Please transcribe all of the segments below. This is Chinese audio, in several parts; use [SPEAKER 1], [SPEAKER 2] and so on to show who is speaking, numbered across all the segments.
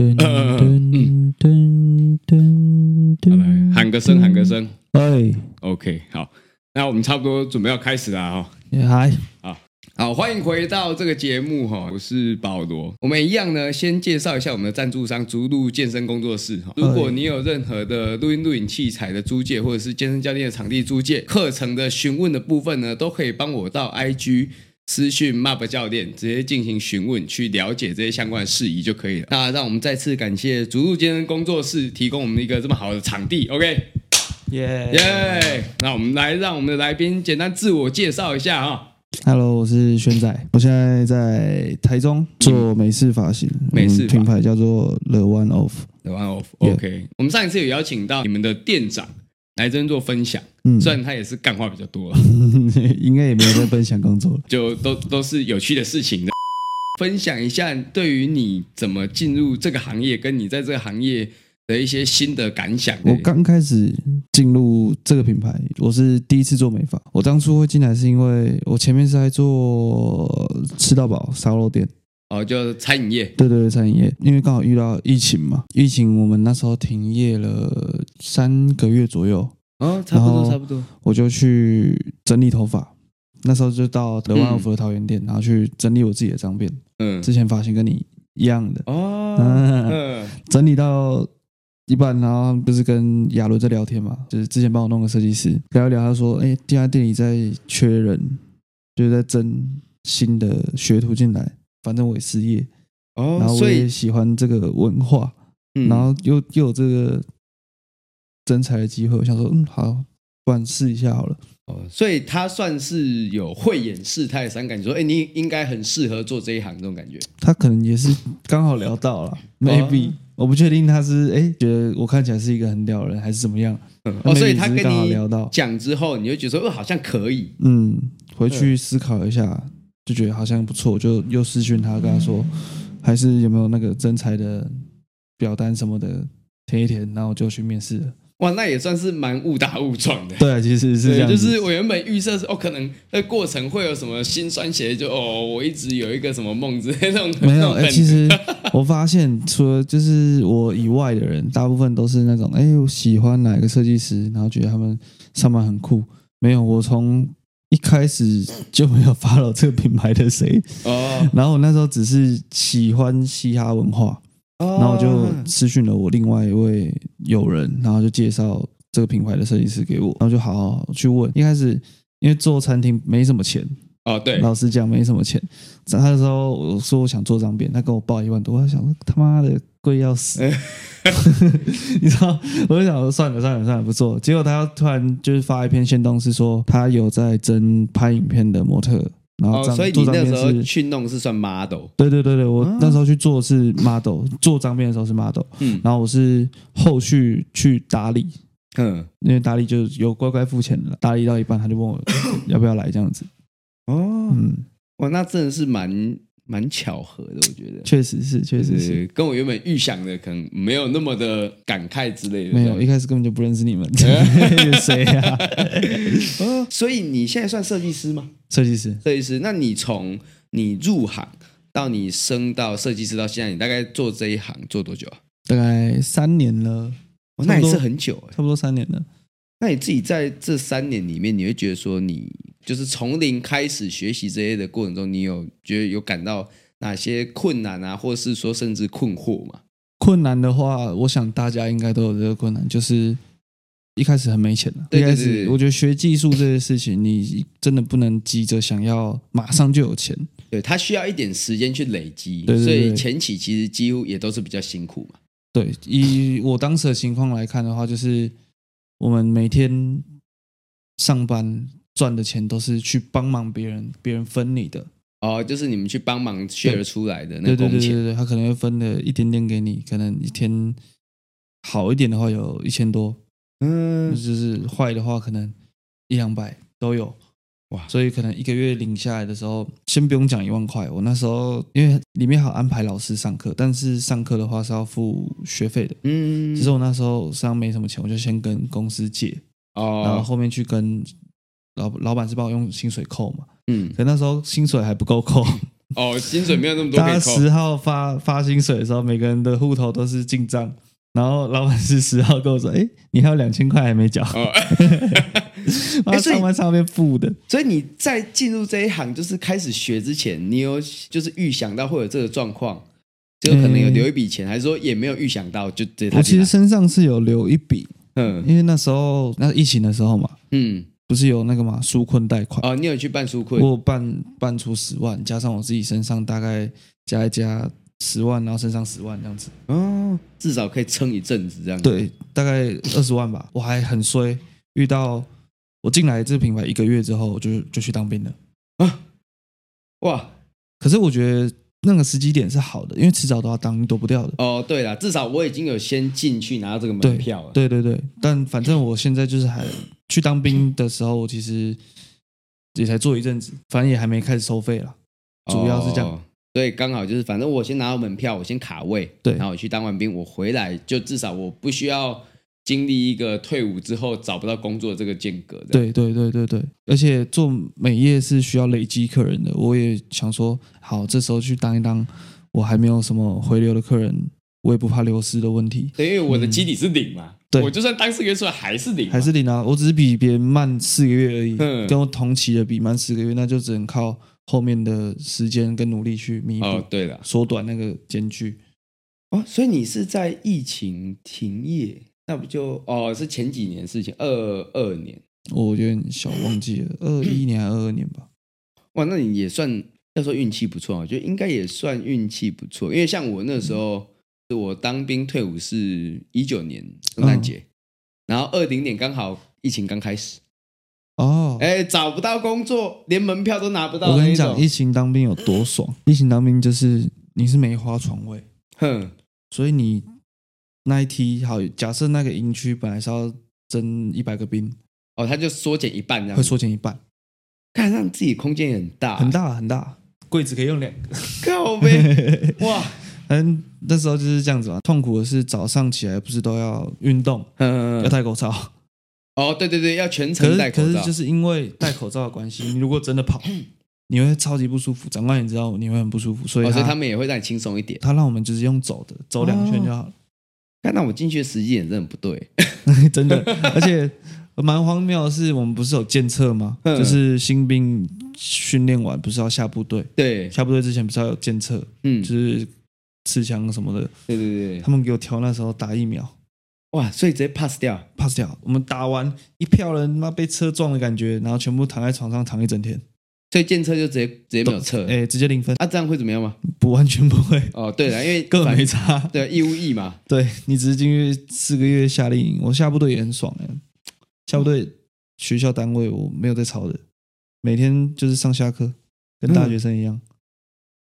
[SPEAKER 1] 嗯
[SPEAKER 2] 个声，喊个声。
[SPEAKER 1] 哎，
[SPEAKER 2] OK，好，那我们差不多准备要开始啊啦哈、
[SPEAKER 1] 也还
[SPEAKER 2] 好，欢迎回到这个节目哈，我是保罗。我们一样呢，先介绍一下我们的赞助商竹鹿健身工作室哈。如果你有任何的录音录影器材的租借，或者是健身教练的场地租借、课程的询问的部分呢，都可以帮我到 IG。私讯 MAP 教练直接进行询问，去了解这些相关的事宜就可以了。那让我们再次感谢竹鹿健身工作室提供我们一个这么好的场地。OK，耶、
[SPEAKER 1] 耶
[SPEAKER 2] 那我们来让我们的来宾简单自我介绍一下哈、
[SPEAKER 1] ，Hello，我是轩仔，我现在在台中做美式发型，
[SPEAKER 2] 美式
[SPEAKER 1] 嗯
[SPEAKER 2] 发
[SPEAKER 1] 品牌叫做 The One Off，
[SPEAKER 2] The One Off。
[SPEAKER 1] Yeah
[SPEAKER 2] 哦 OK，、我们上一次有邀请到你们的店长来这边做分享，
[SPEAKER 1] 嗯，
[SPEAKER 2] 虽然他也是干话比较多，
[SPEAKER 1] 应该也没有在分享工作 了。
[SPEAKER 2] 就都都是有趣的事情的。分享一下对于你怎么进入这个行业，跟你在这个行业的一些新的感想。
[SPEAKER 1] 我刚开始进入这个品牌，我是第一次做美发。我当初会进来是因为我前面是在做吃到饱烧肉店，
[SPEAKER 2] 哦，就餐饮业，
[SPEAKER 1] 对对对，餐饮业，因为刚好遇到疫情嘛，疫情我们那时候停业了三个月左右，
[SPEAKER 2] 哦，差不
[SPEAKER 1] 然
[SPEAKER 2] 多
[SPEAKER 1] 后
[SPEAKER 2] 差不多。
[SPEAKER 1] 我就去整理头发。那时候就到德万福的桃园店，然后去整理我自己的脏辫，
[SPEAKER 2] 嗯，
[SPEAKER 1] 之前发型跟你一样的，
[SPEAKER 2] 哦，
[SPEAKER 1] 嗯
[SPEAKER 2] 嗯，
[SPEAKER 1] 整理到一半，然后不是跟亚伦在聊天嘛，就是之前帮我弄个设计师聊一聊，他说：“哎、这家店里在缺人，就是在征新的学徒进来，反正我也失业，然
[SPEAKER 2] 哦，
[SPEAKER 1] 后我
[SPEAKER 2] 所
[SPEAKER 1] 也
[SPEAKER 2] 以，
[SPEAKER 1] 喜欢这个文化，
[SPEAKER 2] 嗯
[SPEAKER 1] 然后又又有这个征才的机会，我想说，嗯，好，不然试一下好了。
[SPEAKER 2] 哦，所以他算是有慧眼识泰山，感觉说，哎，你应该很适合做这一行，这种感觉。
[SPEAKER 1] 他可能也是刚好聊到 了，maybe、我不确定他是哎、觉得我看起来是一个很屌的人，还是怎么样？
[SPEAKER 2] 嗯
[SPEAKER 1] 那
[SPEAKER 2] 哦，所以
[SPEAKER 1] maybe
[SPEAKER 2] 他
[SPEAKER 1] 只
[SPEAKER 2] 跟
[SPEAKER 1] 是刚好
[SPEAKER 2] 你
[SPEAKER 1] 聊到
[SPEAKER 2] 讲之后，你就觉得说，哦，好像可以，
[SPEAKER 1] 嗯，回去思考一下，就觉得好像不错，就又私讯他，跟他说，还是有没有那个征才的表单什么的填一填，然后我就去面试了。
[SPEAKER 2] 哇，那也算是蛮误打误撞的。
[SPEAKER 1] 对，其实是这
[SPEAKER 2] 对，
[SPEAKER 1] 样
[SPEAKER 2] 就
[SPEAKER 1] 子，
[SPEAKER 2] 是我原本预设是哦，可能那过程会有什么心酸血泪，就哦，我一直有一个什么梦之类的那 种。
[SPEAKER 1] 没有。
[SPEAKER 2] 那种
[SPEAKER 1] 哎、
[SPEAKER 2] 很
[SPEAKER 1] 其实我发现，除了就是我以外的人，大部分都是那种哎、我喜欢哪个设计师，然后觉得他们上班很酷。没有，我从一开始就没有 follow 这个品牌的谁，
[SPEAKER 2] 哦，
[SPEAKER 1] 然后我那时候只是喜欢嘻哈文化。
[SPEAKER 2] 然
[SPEAKER 1] 然后我就私讯了我另外一位友人，然后就介绍这个品牌的设计师给我，然后就好好去问。一开始因为做餐厅没什么钱，
[SPEAKER 2] 哦，对，
[SPEAKER 1] 老实讲没什么钱。他那时候我说我想做脏辫，他跟我报一万多，我想说他妈的贵要 死，你知道？我就想说算了算了算了，不做。结果他突然就是发一篇线动，是说他有在征拍影片的模特，然后
[SPEAKER 2] 哦，
[SPEAKER 1] 脏、
[SPEAKER 2] 所以
[SPEAKER 1] 做
[SPEAKER 2] 你
[SPEAKER 1] 脏
[SPEAKER 2] 那
[SPEAKER 1] 辫
[SPEAKER 2] 时候
[SPEAKER 1] 是。
[SPEAKER 2] 去弄是算 model，
[SPEAKER 1] 对对对对，我
[SPEAKER 2] 啊
[SPEAKER 1] 那时候去做是 model，做脏辫的时候是 model，
[SPEAKER 2] 嗯
[SPEAKER 1] 然后我是后续去打理，
[SPEAKER 2] 嗯，
[SPEAKER 1] 因为打理就有乖乖付钱了，打理到一半他就问我要不要来这样子，
[SPEAKER 2] 哦，
[SPEAKER 1] 嗯，
[SPEAKER 2] 哇，那真的是蛮蛮巧合的，我觉得。
[SPEAKER 1] 确实是，确实是，
[SPEAKER 2] 对跟我原本预想的可能没有那么的感慨之类的，
[SPEAKER 1] 没
[SPEAKER 2] 这样
[SPEAKER 1] 有一开始根本就不认识你 们，有谁啊呀？
[SPEAKER 2] 哦，所以你现在算设计师吗？
[SPEAKER 1] 设计师，
[SPEAKER 2] 设计师，那你从你入行到你升到设计师到现在，你大概做这一行做多久啊？
[SPEAKER 1] 大概三年了，
[SPEAKER 2] 哦、
[SPEAKER 1] 差
[SPEAKER 2] 那
[SPEAKER 1] 不多
[SPEAKER 2] 也是很久哎、
[SPEAKER 1] 差不多三年了。
[SPEAKER 2] 那你自己在这三年里面，你会觉得说你就是从零开始学习这些的过程中，你有觉得有感到哪些困难啊，或是说甚至困惑吗？
[SPEAKER 1] 困难的话，我想大家应该都有这个困难，就是一开始很没钱的。啊
[SPEAKER 2] 对对
[SPEAKER 1] 一开
[SPEAKER 2] 对
[SPEAKER 1] 始
[SPEAKER 2] 对
[SPEAKER 1] 我觉得学技术这些事情，你真的不能急着想要马上就有钱。
[SPEAKER 2] 对，它需要一点时间去累积，
[SPEAKER 1] 对对对
[SPEAKER 2] 所以前期其实几乎也都是比较辛苦嘛。
[SPEAKER 1] 对，以我当时的情况来看的话，就是我们每天上班赚的钱都是去帮忙别人，别人分你的。
[SPEAKER 2] 哦，就是你们去帮忙 share 出来的那
[SPEAKER 1] 对对
[SPEAKER 2] 个工
[SPEAKER 1] 对对
[SPEAKER 2] 钱，
[SPEAKER 1] 对，他可能会分了一点点给你，可能一天好一点的话有一千多，
[SPEAKER 2] 嗯
[SPEAKER 1] 就是坏的话可能一两百都有。
[SPEAKER 2] 哇
[SPEAKER 1] 所以可能一个月领下来的时候，先不用讲一万块。我那时候因为里面还有安排老师上课，但是上课的话是要付学费的。
[SPEAKER 2] 嗯，
[SPEAKER 1] 其实我那时候身上没什么钱，我就先跟公司借，然后
[SPEAKER 2] 哦，
[SPEAKER 1] 后面去跟老老板是帮我用薪水扣嘛，
[SPEAKER 2] 嗯，
[SPEAKER 1] 可那时候薪水还不够扣，
[SPEAKER 2] 哦，薪水没有那么多可
[SPEAKER 1] 大家
[SPEAKER 2] 以扣，
[SPEAKER 1] 十号发发薪水的时候，每个人的户头都是进账，然后老板是十号跟我说：“哎、你还有两千块还没缴。
[SPEAKER 2] 哦
[SPEAKER 1] 妈
[SPEAKER 2] 诶所以
[SPEAKER 1] 上班上面付的，
[SPEAKER 2] 所以你在进入这一行，就是开始学之前，你有就是预想到会有这个状况，就可能有留一笔钱，还是说也没有预想到就直接
[SPEAKER 1] 嗯我
[SPEAKER 2] 他
[SPEAKER 1] 其实身上是有留一笔，
[SPEAKER 2] 嗯
[SPEAKER 1] 因为那时候那疫情的时候嘛，
[SPEAKER 2] 嗯
[SPEAKER 1] 不是有那个嘛纾困贷款，
[SPEAKER 2] 哦，你有去办书困
[SPEAKER 1] 我有办办出十万，加上我自己身上大概加一加十万，然后身上十万这样子，
[SPEAKER 2] 哦，至少可以撑一阵子这样。，
[SPEAKER 1] 对，大概二十万吧。我还很衰，遇到我进来这个品牌一个月之后，我就就去当兵了。
[SPEAKER 2] 啊哇
[SPEAKER 1] 可是我觉得那个时机点是好的，因为迟早都要当，躲不掉的。
[SPEAKER 2] 哦，对了，至少我已经有先进去拿到这个门票啊了。，
[SPEAKER 1] 对对对，但反正我现在就是还去当兵的时候，我其实也才做一阵子，反正也还没开始收费啦。主要是这样
[SPEAKER 2] 哦。对，刚好就是，反正我先拿到门票，我先卡位，
[SPEAKER 1] 对
[SPEAKER 2] 然后我去当完兵，我回来就至少我不需要经历一个退伍之后找不到工作这个间隔。，
[SPEAKER 1] 对对对对对，而且做美业是需要累积客人的，我也想说，好，这时候去当一当，我还没有什么回流的客人，我也不怕流失的问题，
[SPEAKER 2] 对，因为我的基底是零嘛，
[SPEAKER 1] 嗯对
[SPEAKER 2] 我就算当四个月出来还是零嘛，
[SPEAKER 1] 还是领啊，我只是比别人慢四个月而已，
[SPEAKER 2] 嗯
[SPEAKER 1] 跟我同期的比慢四个月，那就只能靠后面的时间跟努力去弥补，
[SPEAKER 2] 哦，对了，
[SPEAKER 1] 缩短那个间距。
[SPEAKER 2] 哦，所以你是在疫情停业，那不就哦是前几年的事情，二二年，
[SPEAKER 1] 我有点小忘记了，二一年还二二年吧，
[SPEAKER 2] 哇，那你也算要说运气不错啊，我觉得应该也算运气不错，因为像我那时
[SPEAKER 1] 嗯
[SPEAKER 2] 候，我当兵退伍是一九年圣
[SPEAKER 1] 嗯
[SPEAKER 2] 诞节，然后二零年刚好疫情刚开始，
[SPEAKER 1] 哦，
[SPEAKER 2] 哎，找不到工作，连门票都拿不到
[SPEAKER 1] 我
[SPEAKER 2] 那
[SPEAKER 1] 跟
[SPEAKER 2] 一
[SPEAKER 1] 你
[SPEAKER 2] 种
[SPEAKER 1] 讲，，疫情当兵有多爽，疫情当兵就是你是梅花床位。
[SPEAKER 2] 哼，
[SPEAKER 1] 所以你那一梯好，假设那个营区本来是要征一百个兵，
[SPEAKER 2] 哦，他就缩减一半这样
[SPEAKER 1] 会
[SPEAKER 2] 子，
[SPEAKER 1] 缩减一半，
[SPEAKER 2] 看让自己空间也很大，
[SPEAKER 1] 很，大很大，柜子可以用两个。
[SPEAKER 2] 靠呗， 哇，
[SPEAKER 1] 嗯，那时候就是这样子嘛。痛苦的是早上起来不是都要运动，
[SPEAKER 2] 嗯
[SPEAKER 1] 要戴口罩，
[SPEAKER 2] 哦，对对对，要全
[SPEAKER 1] 可
[SPEAKER 2] 程戴
[SPEAKER 1] 是
[SPEAKER 2] 口
[SPEAKER 1] 可是
[SPEAKER 2] 罩。
[SPEAKER 1] 就是因为戴口罩的关系， 你如果真的跑，你会超级不舒服。长官也知道你会很不舒服，所以
[SPEAKER 2] 哦，所以
[SPEAKER 1] 他、
[SPEAKER 2] 他们也会让你轻松一点。
[SPEAKER 1] 他让我们就是用走的，走两圈就好了。
[SPEAKER 2] 看到我进去的时机点真的不对，
[SPEAKER 1] 真的，而且蛮荒谬的是，我们不是有监测吗？
[SPEAKER 2] 嗯
[SPEAKER 1] 就是新兵训练完不是要下部队，
[SPEAKER 2] 对，
[SPEAKER 1] 下部队之前不是要有监测，
[SPEAKER 2] 嗯
[SPEAKER 1] 就，是刺枪什么的。
[SPEAKER 2] 对对对，
[SPEAKER 1] 他们给我调那时候打疫苗
[SPEAKER 2] 哇，所以直接 pass 掉，
[SPEAKER 1] pass 掉，我们打完一票人妈被车撞的感觉，然后全部躺在床上躺一整天，
[SPEAKER 2] 所以检测就直接直接没有测，
[SPEAKER 1] 哎，直接零分，
[SPEAKER 2] 啊，这样会怎么样吗？
[SPEAKER 1] 不完全不会，
[SPEAKER 2] 哦，对了，因为
[SPEAKER 1] 根本没
[SPEAKER 2] 反
[SPEAKER 1] 差。
[SPEAKER 2] 对义务役嘛，
[SPEAKER 1] 对你只是进去四个月夏令营，我下部队也很爽哎、下部队学校单位我没有在操的，每天就是上下课，跟大学生一样。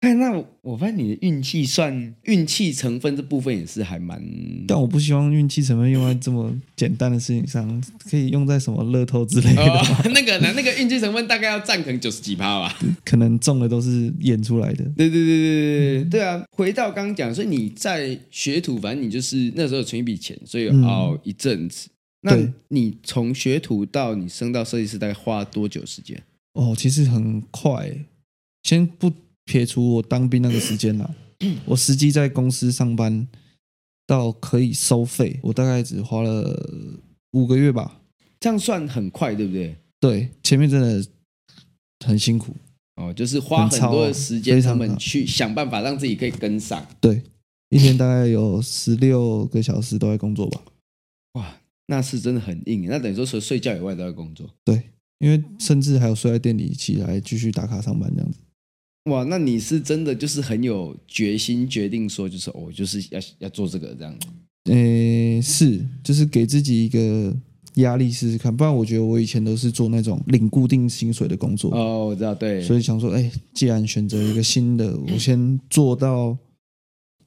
[SPEAKER 2] 哎，那我我发现你的运气算运气成分这部分也是还蛮，
[SPEAKER 1] 但我不希望运气成分用在这么简单的事情上，可以用在什么乐透之类的吧，
[SPEAKER 2] 哦 那个呢，那个运气成分大概要占可能九十几趴吧。
[SPEAKER 1] 可能中的都是演出来的。
[SPEAKER 2] 对对对对对对对啊！回到刚刚讲，所以你在学徒，反正你就是那时候有存一笔钱，所以有
[SPEAKER 1] 嗯
[SPEAKER 2] 熬一阵子。那
[SPEAKER 1] 对
[SPEAKER 2] 你从学徒到你升到设计师，大概花多久时间？
[SPEAKER 1] 哦，其实很快、欸先不撇除我当兵那个时间啦，我实际在公司上班到可以收费，我大概只花了五个月吧。
[SPEAKER 2] 这样算很快，对不对？
[SPEAKER 1] 对，前面真的很辛苦。
[SPEAKER 2] 哦，就是花
[SPEAKER 1] 很
[SPEAKER 2] 很
[SPEAKER 1] 超
[SPEAKER 2] 多的
[SPEAKER 1] 啊
[SPEAKER 2] 时间，
[SPEAKER 1] 非
[SPEAKER 2] 他
[SPEAKER 1] 常
[SPEAKER 2] 们
[SPEAKER 1] 好
[SPEAKER 2] 去想办法让自己可以跟上。
[SPEAKER 1] 对，一天大概有十六个小时都在工作吧。
[SPEAKER 2] 哇，那是真的很硬。那等于说，除了睡觉以外都要工作。
[SPEAKER 1] 对，因为甚至还有睡在店里起来继续打卡上班这样子。
[SPEAKER 2] 哇，那你是真的就是很有决心，决定说就是、哦、我就是要要做这个这样。
[SPEAKER 1] 诶，是，就是给自己一个压力试试看，不然我觉得我以前都是做那种领固定薪水的工作。
[SPEAKER 2] 哦，我知道，对，
[SPEAKER 1] 所以想说，哎、既然选择一个新的，我先做到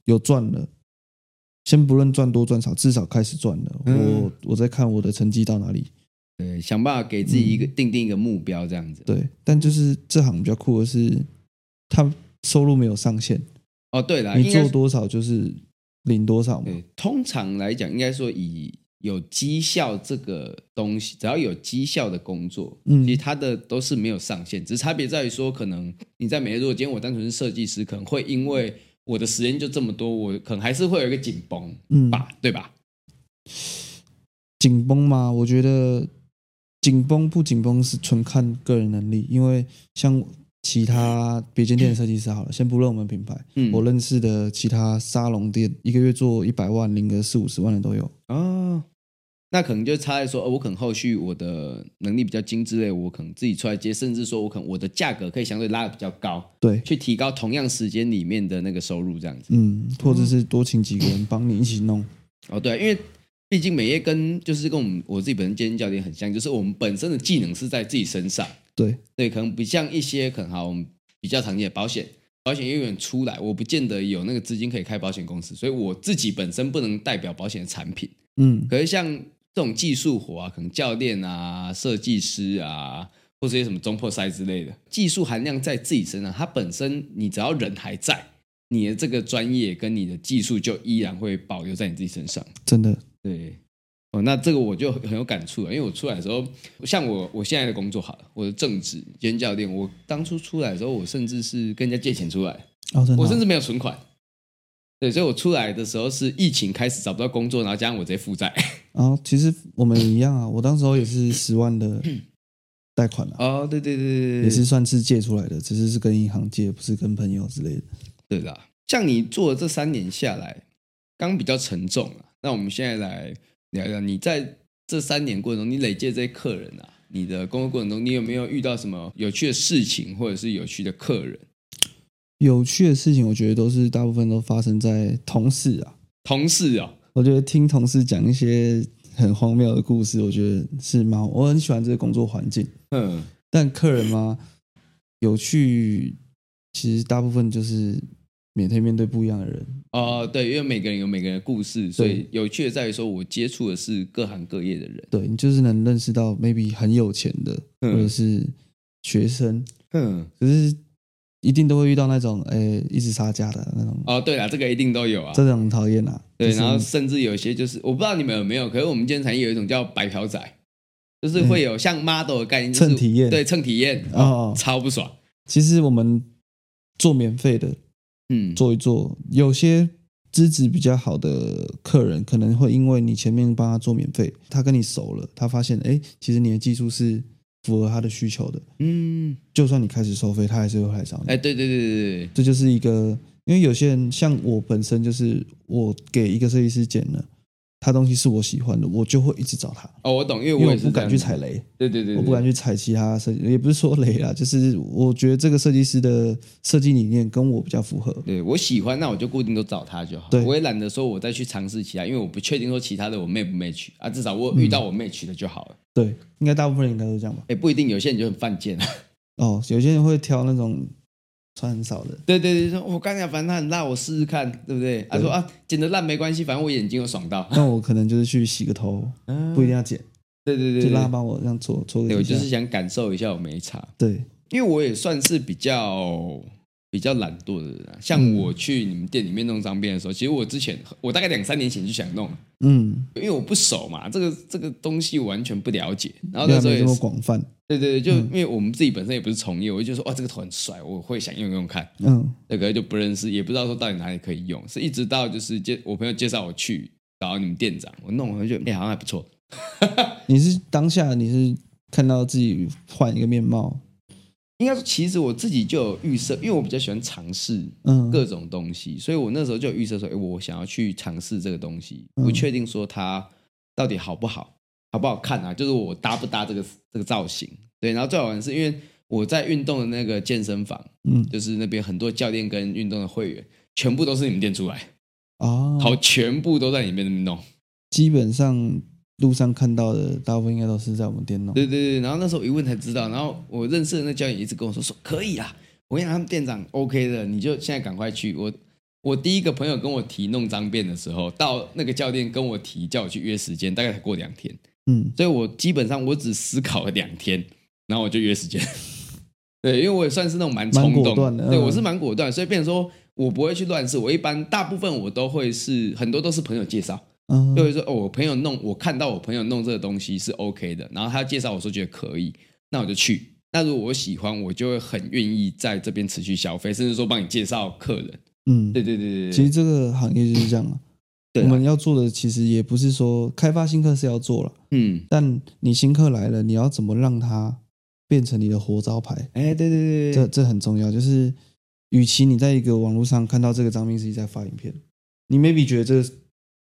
[SPEAKER 1] 有赚了，先不论赚多赚少，至少开始赚了。
[SPEAKER 2] 嗯
[SPEAKER 1] 我我在看我的成绩到哪里。
[SPEAKER 2] 对，想办法给自己一个、定定一个目标这样子。
[SPEAKER 1] 嗯对，但就是这行比较酷的是，它收入没有上限，
[SPEAKER 2] 哦，对啦，
[SPEAKER 1] 你
[SPEAKER 2] 应该
[SPEAKER 1] 做
[SPEAKER 2] 是
[SPEAKER 1] 多少就是领多少嘛。
[SPEAKER 2] 对，通常来讲，应该说以有绩效这个东西，只要有绩效的工作，
[SPEAKER 1] 嗯
[SPEAKER 2] 其实它的都是没有上限，只是差别在于说，可能你在美业，如果今天我单纯是设计师，可能会因为我的时间就这么多，我可能还是会有一个紧绷
[SPEAKER 1] 嗯，
[SPEAKER 2] 吧，对吧？
[SPEAKER 1] 紧绷嘛，我觉得紧绷不紧绷是纯看个人能力，因为像其他别间 店的设计师好了，先不论我们品牌，
[SPEAKER 2] 嗯
[SPEAKER 1] 我认识的其他沙龙店，一个月做一百万，领个四五十万的都有。
[SPEAKER 2] 哦，那可能就差在说，哦，我可能后续我的能力比较精之类，我可能自己出来接，甚至说我可能我的价格可以相对拉的比较高，
[SPEAKER 1] 对，
[SPEAKER 2] 去提高同样时间里面的那个收入这样子。
[SPEAKER 1] 嗯，或者是多请几个人帮你一起弄。
[SPEAKER 2] 哦，对，因为毕竟美业跟就是跟我们我自己本身健身教练很像，就是我们本身的技能是在自己身上，
[SPEAKER 1] 对，
[SPEAKER 2] 对，可能不像一些可能好我们比较常见的保险。保险业务员出来，我不见得有那个资金可以开保险公司，所以我自己本身不能代表保险的产品。
[SPEAKER 1] 嗯，
[SPEAKER 2] 可是像这种技术活啊，可能教练啊、设计师啊，或者一些什么中破塞之类的，技术含量在自己身上，它本身你只要人还在，你的这个专业跟你的技术就依然会保留在你自己身上。
[SPEAKER 1] 真的，
[SPEAKER 2] 对，哦，那这个我就很有感触啊了，因为我出来的时候，像我我现在的工作好了，我的正职兼教练，我当初出来的时候，我甚至是跟人家借钱出来，
[SPEAKER 1] 哦，真的哦，
[SPEAKER 2] 我甚至没有存款。对，所以我出来的时候是疫情开始找不到工作，然后加上我直接负债。
[SPEAKER 1] 然后哦其实我们一样啊，我当时候也是十万 的贷款啊，
[SPEAKER 2] 哦，对对对对 对，
[SPEAKER 1] 也是算是借出来的，只是是跟银行借，不是跟朋友之类的。
[SPEAKER 2] 对啦。像你做的这三年下来，刚比较沉重啊，那我们现在来聊聊你在这三年过程中，你累积这些客人啊，你的工作过程中，你有没有遇到什么有趣的事情，或者是有趣的客人、
[SPEAKER 1] 有趣的事情，我觉得都是大部分都发生在同事啊。
[SPEAKER 2] 同事哦？
[SPEAKER 1] 我觉得听同事讲一些很荒谬的故事，我觉得是蛮好，我很喜欢这个工作环境。
[SPEAKER 2] 嗯，
[SPEAKER 1] 但客人嘛，有趣，其实大部分就是每天面对不一样的人。
[SPEAKER 2] 哦，对，因为每个人有每个人的故事，所以有趣的在于说，我接触的是各行各业的人。
[SPEAKER 1] 对你就是能认识到 maybe 很有钱的，
[SPEAKER 2] 嗯
[SPEAKER 1] 或者是学生，
[SPEAKER 2] 嗯，
[SPEAKER 1] 可是一定都会遇到那种哎、一直杀价的那种，
[SPEAKER 2] 哦，对啦，这个一定都有啊。
[SPEAKER 1] 这种很讨厌啊。
[SPEAKER 2] 对，
[SPEAKER 1] 就是
[SPEAKER 2] 然后甚至有一些就是我不知道你们有没有，可是我们健身产业有一种叫白嫖仔，就是会有像 model 的概念，就是
[SPEAKER 1] 蹭体验
[SPEAKER 2] 对蹭体验，
[SPEAKER 1] 哦
[SPEAKER 2] 超不爽。
[SPEAKER 1] 其实我们做免费的
[SPEAKER 2] 嗯，
[SPEAKER 1] 做一做，有些资质比较好的客人可能会因为你前面帮他做免费，他跟你熟了，他发现哎、其实你的技术是符合他的需求的，
[SPEAKER 2] 嗯，
[SPEAKER 1] 就算你开始收费，他还是会来找你。
[SPEAKER 2] 哎，对对对对对，
[SPEAKER 1] 这就是一个，因为有些人像我本身就是，我给一个设计师剪了，他东西是我喜欢的，我就会一直找他，
[SPEAKER 2] 哦，我懂，因为
[SPEAKER 1] 因为
[SPEAKER 2] 我
[SPEAKER 1] 我
[SPEAKER 2] 也是
[SPEAKER 1] 不敢去
[SPEAKER 2] 这样
[SPEAKER 1] 踩
[SPEAKER 2] 子，
[SPEAKER 1] 雷，
[SPEAKER 2] 对对对，
[SPEAKER 1] 我不敢
[SPEAKER 2] 去，
[SPEAKER 1] 去踩其他设计，也不是说雷啦，就是我觉得这个设计师的设计理念跟我比较符合。
[SPEAKER 2] 对我喜欢，那我就固定都找他就好
[SPEAKER 1] 对，
[SPEAKER 2] 我也懒得说我再去尝试其他，因为我不确定说其他的我 match 不 match 啊，至少我遇到我 match 的就好了。
[SPEAKER 1] 对，应该大部分人应该都这样吧。
[SPEAKER 2] 哎，不一定，有些人就很犯贱啊。
[SPEAKER 1] 哦，有些人会挑那种穿很少的，
[SPEAKER 2] 对对对，说我刚才反正他很辣，我试试看，对不对？啊他说啊，剪得烂没关系，反正我眼睛有爽 到。
[SPEAKER 1] 那我可能就是去洗个头，不一定要剪，
[SPEAKER 2] 对对嗯对
[SPEAKER 1] 就
[SPEAKER 2] 对
[SPEAKER 1] 让他帮我这样搓搓
[SPEAKER 2] 对
[SPEAKER 1] 个
[SPEAKER 2] 我
[SPEAKER 1] 几
[SPEAKER 2] 就是
[SPEAKER 1] 下。
[SPEAKER 2] 想感受一下我没差，
[SPEAKER 1] 对，
[SPEAKER 2] 因为我也算是比较比较懒惰的人、啊。像我去你们店里面弄脏辫的时候，其实我之前我大概两三年前就想弄，
[SPEAKER 1] 嗯，
[SPEAKER 2] 因为我不熟嘛，这个这个东西完全不了解。然后
[SPEAKER 1] 因为
[SPEAKER 2] 那
[SPEAKER 1] 还啊没这
[SPEAKER 2] 时候也
[SPEAKER 1] 么嗯
[SPEAKER 2] 是
[SPEAKER 1] 广泛。
[SPEAKER 2] 对对对，就因为我们自己本身也不是从业，我就觉得说哇这个头很帅，我会想用用看。
[SPEAKER 1] 嗯
[SPEAKER 2] 那个就不认识，也不知道说到底哪里可以用，是一直到就是介我朋友介绍我去找你们店长，我弄完就觉得哎、好像还不错，
[SPEAKER 1] 你是当下你是看到自己换一个面貌，
[SPEAKER 2] 应该说其实我自己就有预设，因为我比较喜欢尝试
[SPEAKER 1] 嗯，
[SPEAKER 2] 各种东西，所以我那时候就有预设说，哎、我想要去尝试这个东西，
[SPEAKER 1] 嗯
[SPEAKER 2] 不确定说它到底好不好，好不好看啊，就是我搭不搭这个这个造型，对，然后最好玩的是因为我在运动的那个健身房，
[SPEAKER 1] 嗯
[SPEAKER 2] 就是那边很多教练跟运动的会员，全部都是你们店出来，
[SPEAKER 1] 哦，
[SPEAKER 2] 好，全部都在里面那边弄。
[SPEAKER 1] 基本上路上看到的大部分应该都是在我们店弄，
[SPEAKER 2] 对对对，然后那时候一问才知道，然后我认识的那教练也一直跟我说说可以啦，我跟你讲他们店长 OK 的，你就现在赶快去。我我第一个朋友跟我提弄脏辫的时候，到那个教练跟我提叫我去约时间，大概才过两天，
[SPEAKER 1] 嗯，
[SPEAKER 2] 所以我基本上我只思考了两天，然后我就约时间。 对，因为我也算是那种蛮冲
[SPEAKER 1] 蛮果
[SPEAKER 2] 动
[SPEAKER 1] 断的
[SPEAKER 2] 对
[SPEAKER 1] 嗯
[SPEAKER 2] 我是蛮果断，所以变成说我不会去乱试，我一般大部分我都会是很多都是朋友介绍。
[SPEAKER 1] 嗯
[SPEAKER 2] 就会说哦，我朋友弄，我看到我朋友弄这个东西是 OK 的，然后他介绍我说觉得可以，那我就去。那如果我喜欢，我就会很愿意在这边持续消费，甚至说帮你介绍客人。
[SPEAKER 1] 嗯，
[SPEAKER 2] 对对对对对，
[SPEAKER 1] 其实这个行业就是这样了。
[SPEAKER 2] 对
[SPEAKER 1] 我
[SPEAKER 2] 啊
[SPEAKER 1] 们要做的其实也不是说开发新客是要做了，
[SPEAKER 2] 嗯，
[SPEAKER 1] 但你新客来了，你要怎么让他变成你的活招牌？
[SPEAKER 2] 哎，对对对
[SPEAKER 1] 这
[SPEAKER 2] 对，
[SPEAKER 1] 这很重要。就是，与其你在一个网络上看到这个张斌是在发影片，你 maybe 觉得这个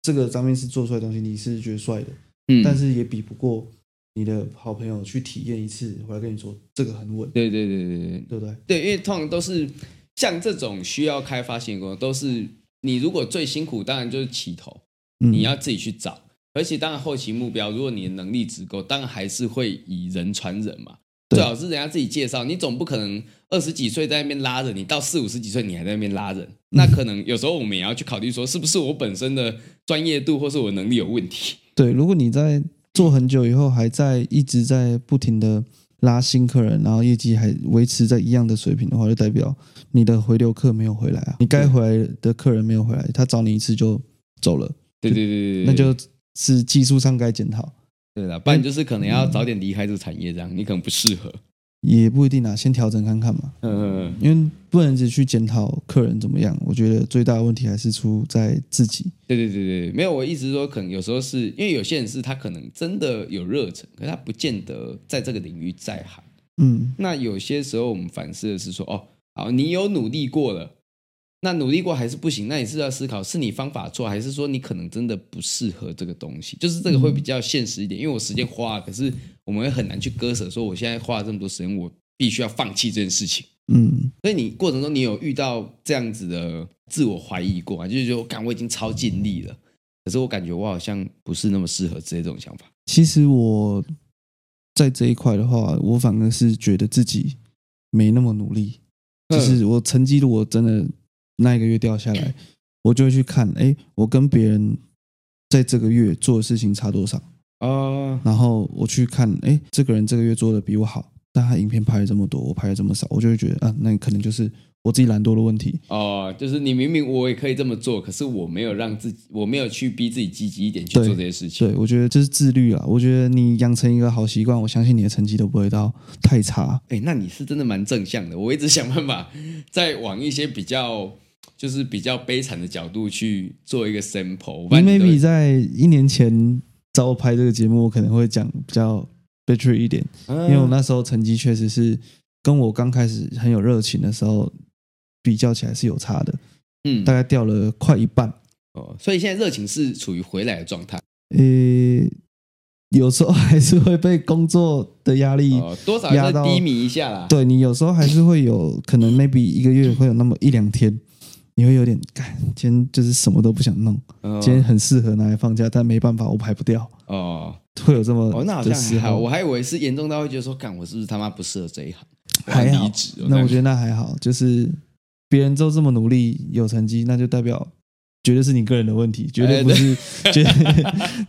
[SPEAKER 1] 这个张斌是做出来的东西，你是觉得帅的，
[SPEAKER 2] 嗯，
[SPEAKER 1] 但是也比不过你的好朋友去体验一次，回来跟你说这个很稳，
[SPEAKER 2] 对对对对对
[SPEAKER 1] 对不对？
[SPEAKER 2] 对，因为通常都是像这种需要开发型的工作，都是你如果最辛苦，当然就是起头，
[SPEAKER 1] 嗯
[SPEAKER 2] 你要自己去找。而且当然后期目标，如果你的能力足够，当然还是会以人传人嘛。
[SPEAKER 1] 对
[SPEAKER 2] 最好是人家自己介绍，你总不可能二十几岁在那边拉人，你到四五十几岁你还在那边拉人，
[SPEAKER 1] 嗯
[SPEAKER 2] 那可能有时候我们也要去考虑说，是不是我本身的专业度或是我能力有问 题？
[SPEAKER 1] 对，如果你在做很久以后，还在一直在不停的拉新客人，然后业绩还维持在一样的水平的话，就代表你的回流客没有回来啊，你该回来的客人没有回来，他找你一次就走了，
[SPEAKER 2] 对对对对，对
[SPEAKER 1] 那就是技术上该检讨，
[SPEAKER 2] 对了，不然就是可能要早点离开这个产业，这样你可能不适合。
[SPEAKER 1] 也不一定啊，先调整看看嘛，
[SPEAKER 2] 嗯，
[SPEAKER 1] 因为不能只去检讨客人怎么样，我觉得最大的问题还是出在自己。
[SPEAKER 2] 对对对对，没有，我一直说可能有时候是因为有些人是他可能真的有热忱，可是他不见得在这个领域在行。
[SPEAKER 1] 嗯，
[SPEAKER 2] 那有些时候我们反思的是说，哦，好，你有努力过了，那努力过还是不行，那你是要思考是你方法错，还是说你可能真的不适合这个东西？就是这个会比较现实一点，因为我时间花了，可是我们会很难去割舍，说我现在花了这么多时间，我必须要放弃这件事情。
[SPEAKER 1] 嗯，
[SPEAKER 2] 所以你过程中，你有遇到这样子的自我怀疑过吗？就是觉得我感我已经超尽力了，可是我感觉我好像不是那么适合之类这种想法。
[SPEAKER 1] 其实我在这一块的话，我反而是觉得自己没那么努力。就
[SPEAKER 2] 嗯
[SPEAKER 1] 是我成绩如果真的那一个月掉下来，我就会去看，哎，我跟别人在这个月做的事情差多少，
[SPEAKER 2] 啊，
[SPEAKER 1] 然后我去看，哎，这个人这个月做的比我好，但他影片拍了这么多，我拍了这么少，我就会觉得啊，那可能就是我自己懒惰的问题。
[SPEAKER 2] 哦，就是你明明我也可以这么做，可是我没有让自己，我没有去逼自己积极一点去做这些事情。
[SPEAKER 1] 对，我觉得这是自律啊。我觉得你养成一个好习惯，我相信你的成绩都不会到太差。
[SPEAKER 2] 哎，那你是真的蛮正向的。我一直想办法再往一些比较，就是比较悲惨的角度去做一个 sample。不
[SPEAKER 1] 你
[SPEAKER 2] 然你都
[SPEAKER 1] maybe 在一年前找我拍这个节目，我可能会讲比较 b a t t e r 一点，
[SPEAKER 2] 嗯
[SPEAKER 1] 因为我那时候成绩确实是跟我刚开始很有热情的时候比较起来是有差的，
[SPEAKER 2] 嗯
[SPEAKER 1] 大，概掉了快一半。
[SPEAKER 2] 哦，所以现在热情是处于回来的状态，
[SPEAKER 1] 呃，有时候还是会被工作的压力，
[SPEAKER 2] 哦，多少还
[SPEAKER 1] 压
[SPEAKER 2] 是
[SPEAKER 1] 到
[SPEAKER 2] 低迷一下啦。
[SPEAKER 1] 对你有时候还是会有可能 maybe 一个月会有那么一两天，你会有点干，今天就是什么都不想弄，
[SPEAKER 2] 哦
[SPEAKER 1] 今天很适合拿来放假，但没办法，我排不掉。
[SPEAKER 2] 哦
[SPEAKER 1] 会有这么
[SPEAKER 2] 哦，那好
[SPEAKER 1] 的
[SPEAKER 2] 像
[SPEAKER 1] 时
[SPEAKER 2] 还好，
[SPEAKER 1] 候
[SPEAKER 2] 我还以为是严重到会觉得说，干我是不是他妈不适合这一行，我要
[SPEAKER 1] 还好
[SPEAKER 2] 离职哦。
[SPEAKER 1] 那我
[SPEAKER 2] 这
[SPEAKER 1] 觉
[SPEAKER 2] 样
[SPEAKER 1] 得那还好，就是别人都这么努力有成绩，那就代表绝对是你个人的问题，绝对
[SPEAKER 2] 哎
[SPEAKER 1] 不是，绝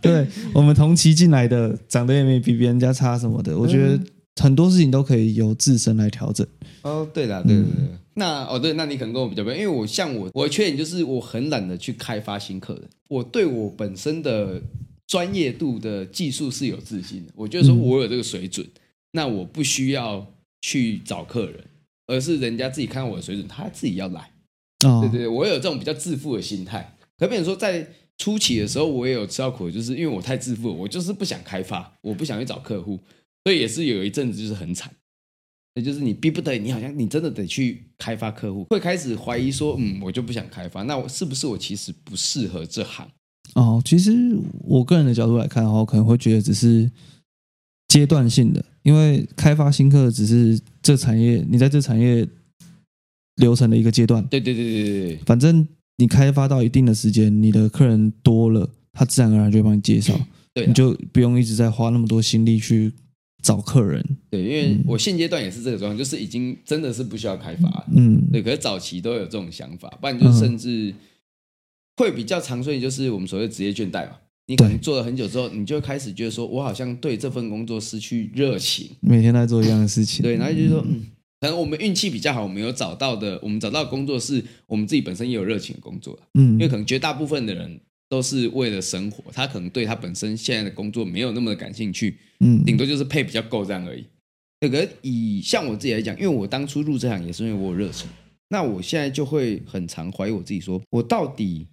[SPEAKER 1] 对对我们同期进来的长得也没比别人家差什么
[SPEAKER 2] 嗯
[SPEAKER 1] 的，我觉得很多事情都可以由自身来调整。
[SPEAKER 2] 哦，对啦，对对对。那哦对，那你可能跟我比较不一样，因为我像我，我的缺点就是我很懒得去开发新客人，我对我本身的专业度的技术是有自信的，我觉得说
[SPEAKER 1] 嗯
[SPEAKER 2] 我有这个水准，那我不需要去找客人，而是人家自己看我的水准，他自己要来。
[SPEAKER 1] 哦，
[SPEAKER 2] 对对，对，我有这种比较自负的心态。可变成说，在初期的时候，我也有吃到苦，就是因为我太自负了，我就是不想开发，我不想去找客户，所以也是有一阵子就是很惨。也就是你逼不得已，你好像你真的得去开发客户，会开始怀疑说，嗯，我就不想开发，那我是不是我其实不适合这行？
[SPEAKER 1] 哦，其实我个人的角度来看的话，我可能会觉得只是阶段性的，因为开发新客只是这产业你在这产业流程的一个阶段。
[SPEAKER 2] 对对对对对对，
[SPEAKER 1] 反正你开发到一定的时间，你的客人多了，他自然而然就会帮你介绍，
[SPEAKER 2] 嗯对
[SPEAKER 1] 你
[SPEAKER 2] 啦
[SPEAKER 1] 就不用一直在花那么多心力去找客人。
[SPEAKER 2] 对，因为我现阶段也是这个状况，就是已经真的是不需要开发了。
[SPEAKER 1] 嗯，
[SPEAKER 2] 对，可是早期都有这种想法，不然就是甚至会比较常说，就是我们所谓的职业倦怠嘛。你可能做了很久之后，你就会开始觉得说，我好像对这份工作失去热情。
[SPEAKER 1] 每天都在做一样的事情。
[SPEAKER 2] 对，然后就是说，嗯，可能我们运气比较好，我们有找到的，我们找到的工作是我们自己本身也有热情的工作，
[SPEAKER 1] 嗯，
[SPEAKER 2] 因为可能绝大部分的人都是为了生活，他可能对他本身现在的工作没有那么的感兴趣，
[SPEAKER 1] 嗯
[SPEAKER 2] 顶多就是配比较够这样而已。对，可是以像我自己来讲，因为我当初入这行也是因为我有热情，那我现在就会很常怀疑我自己说，我到底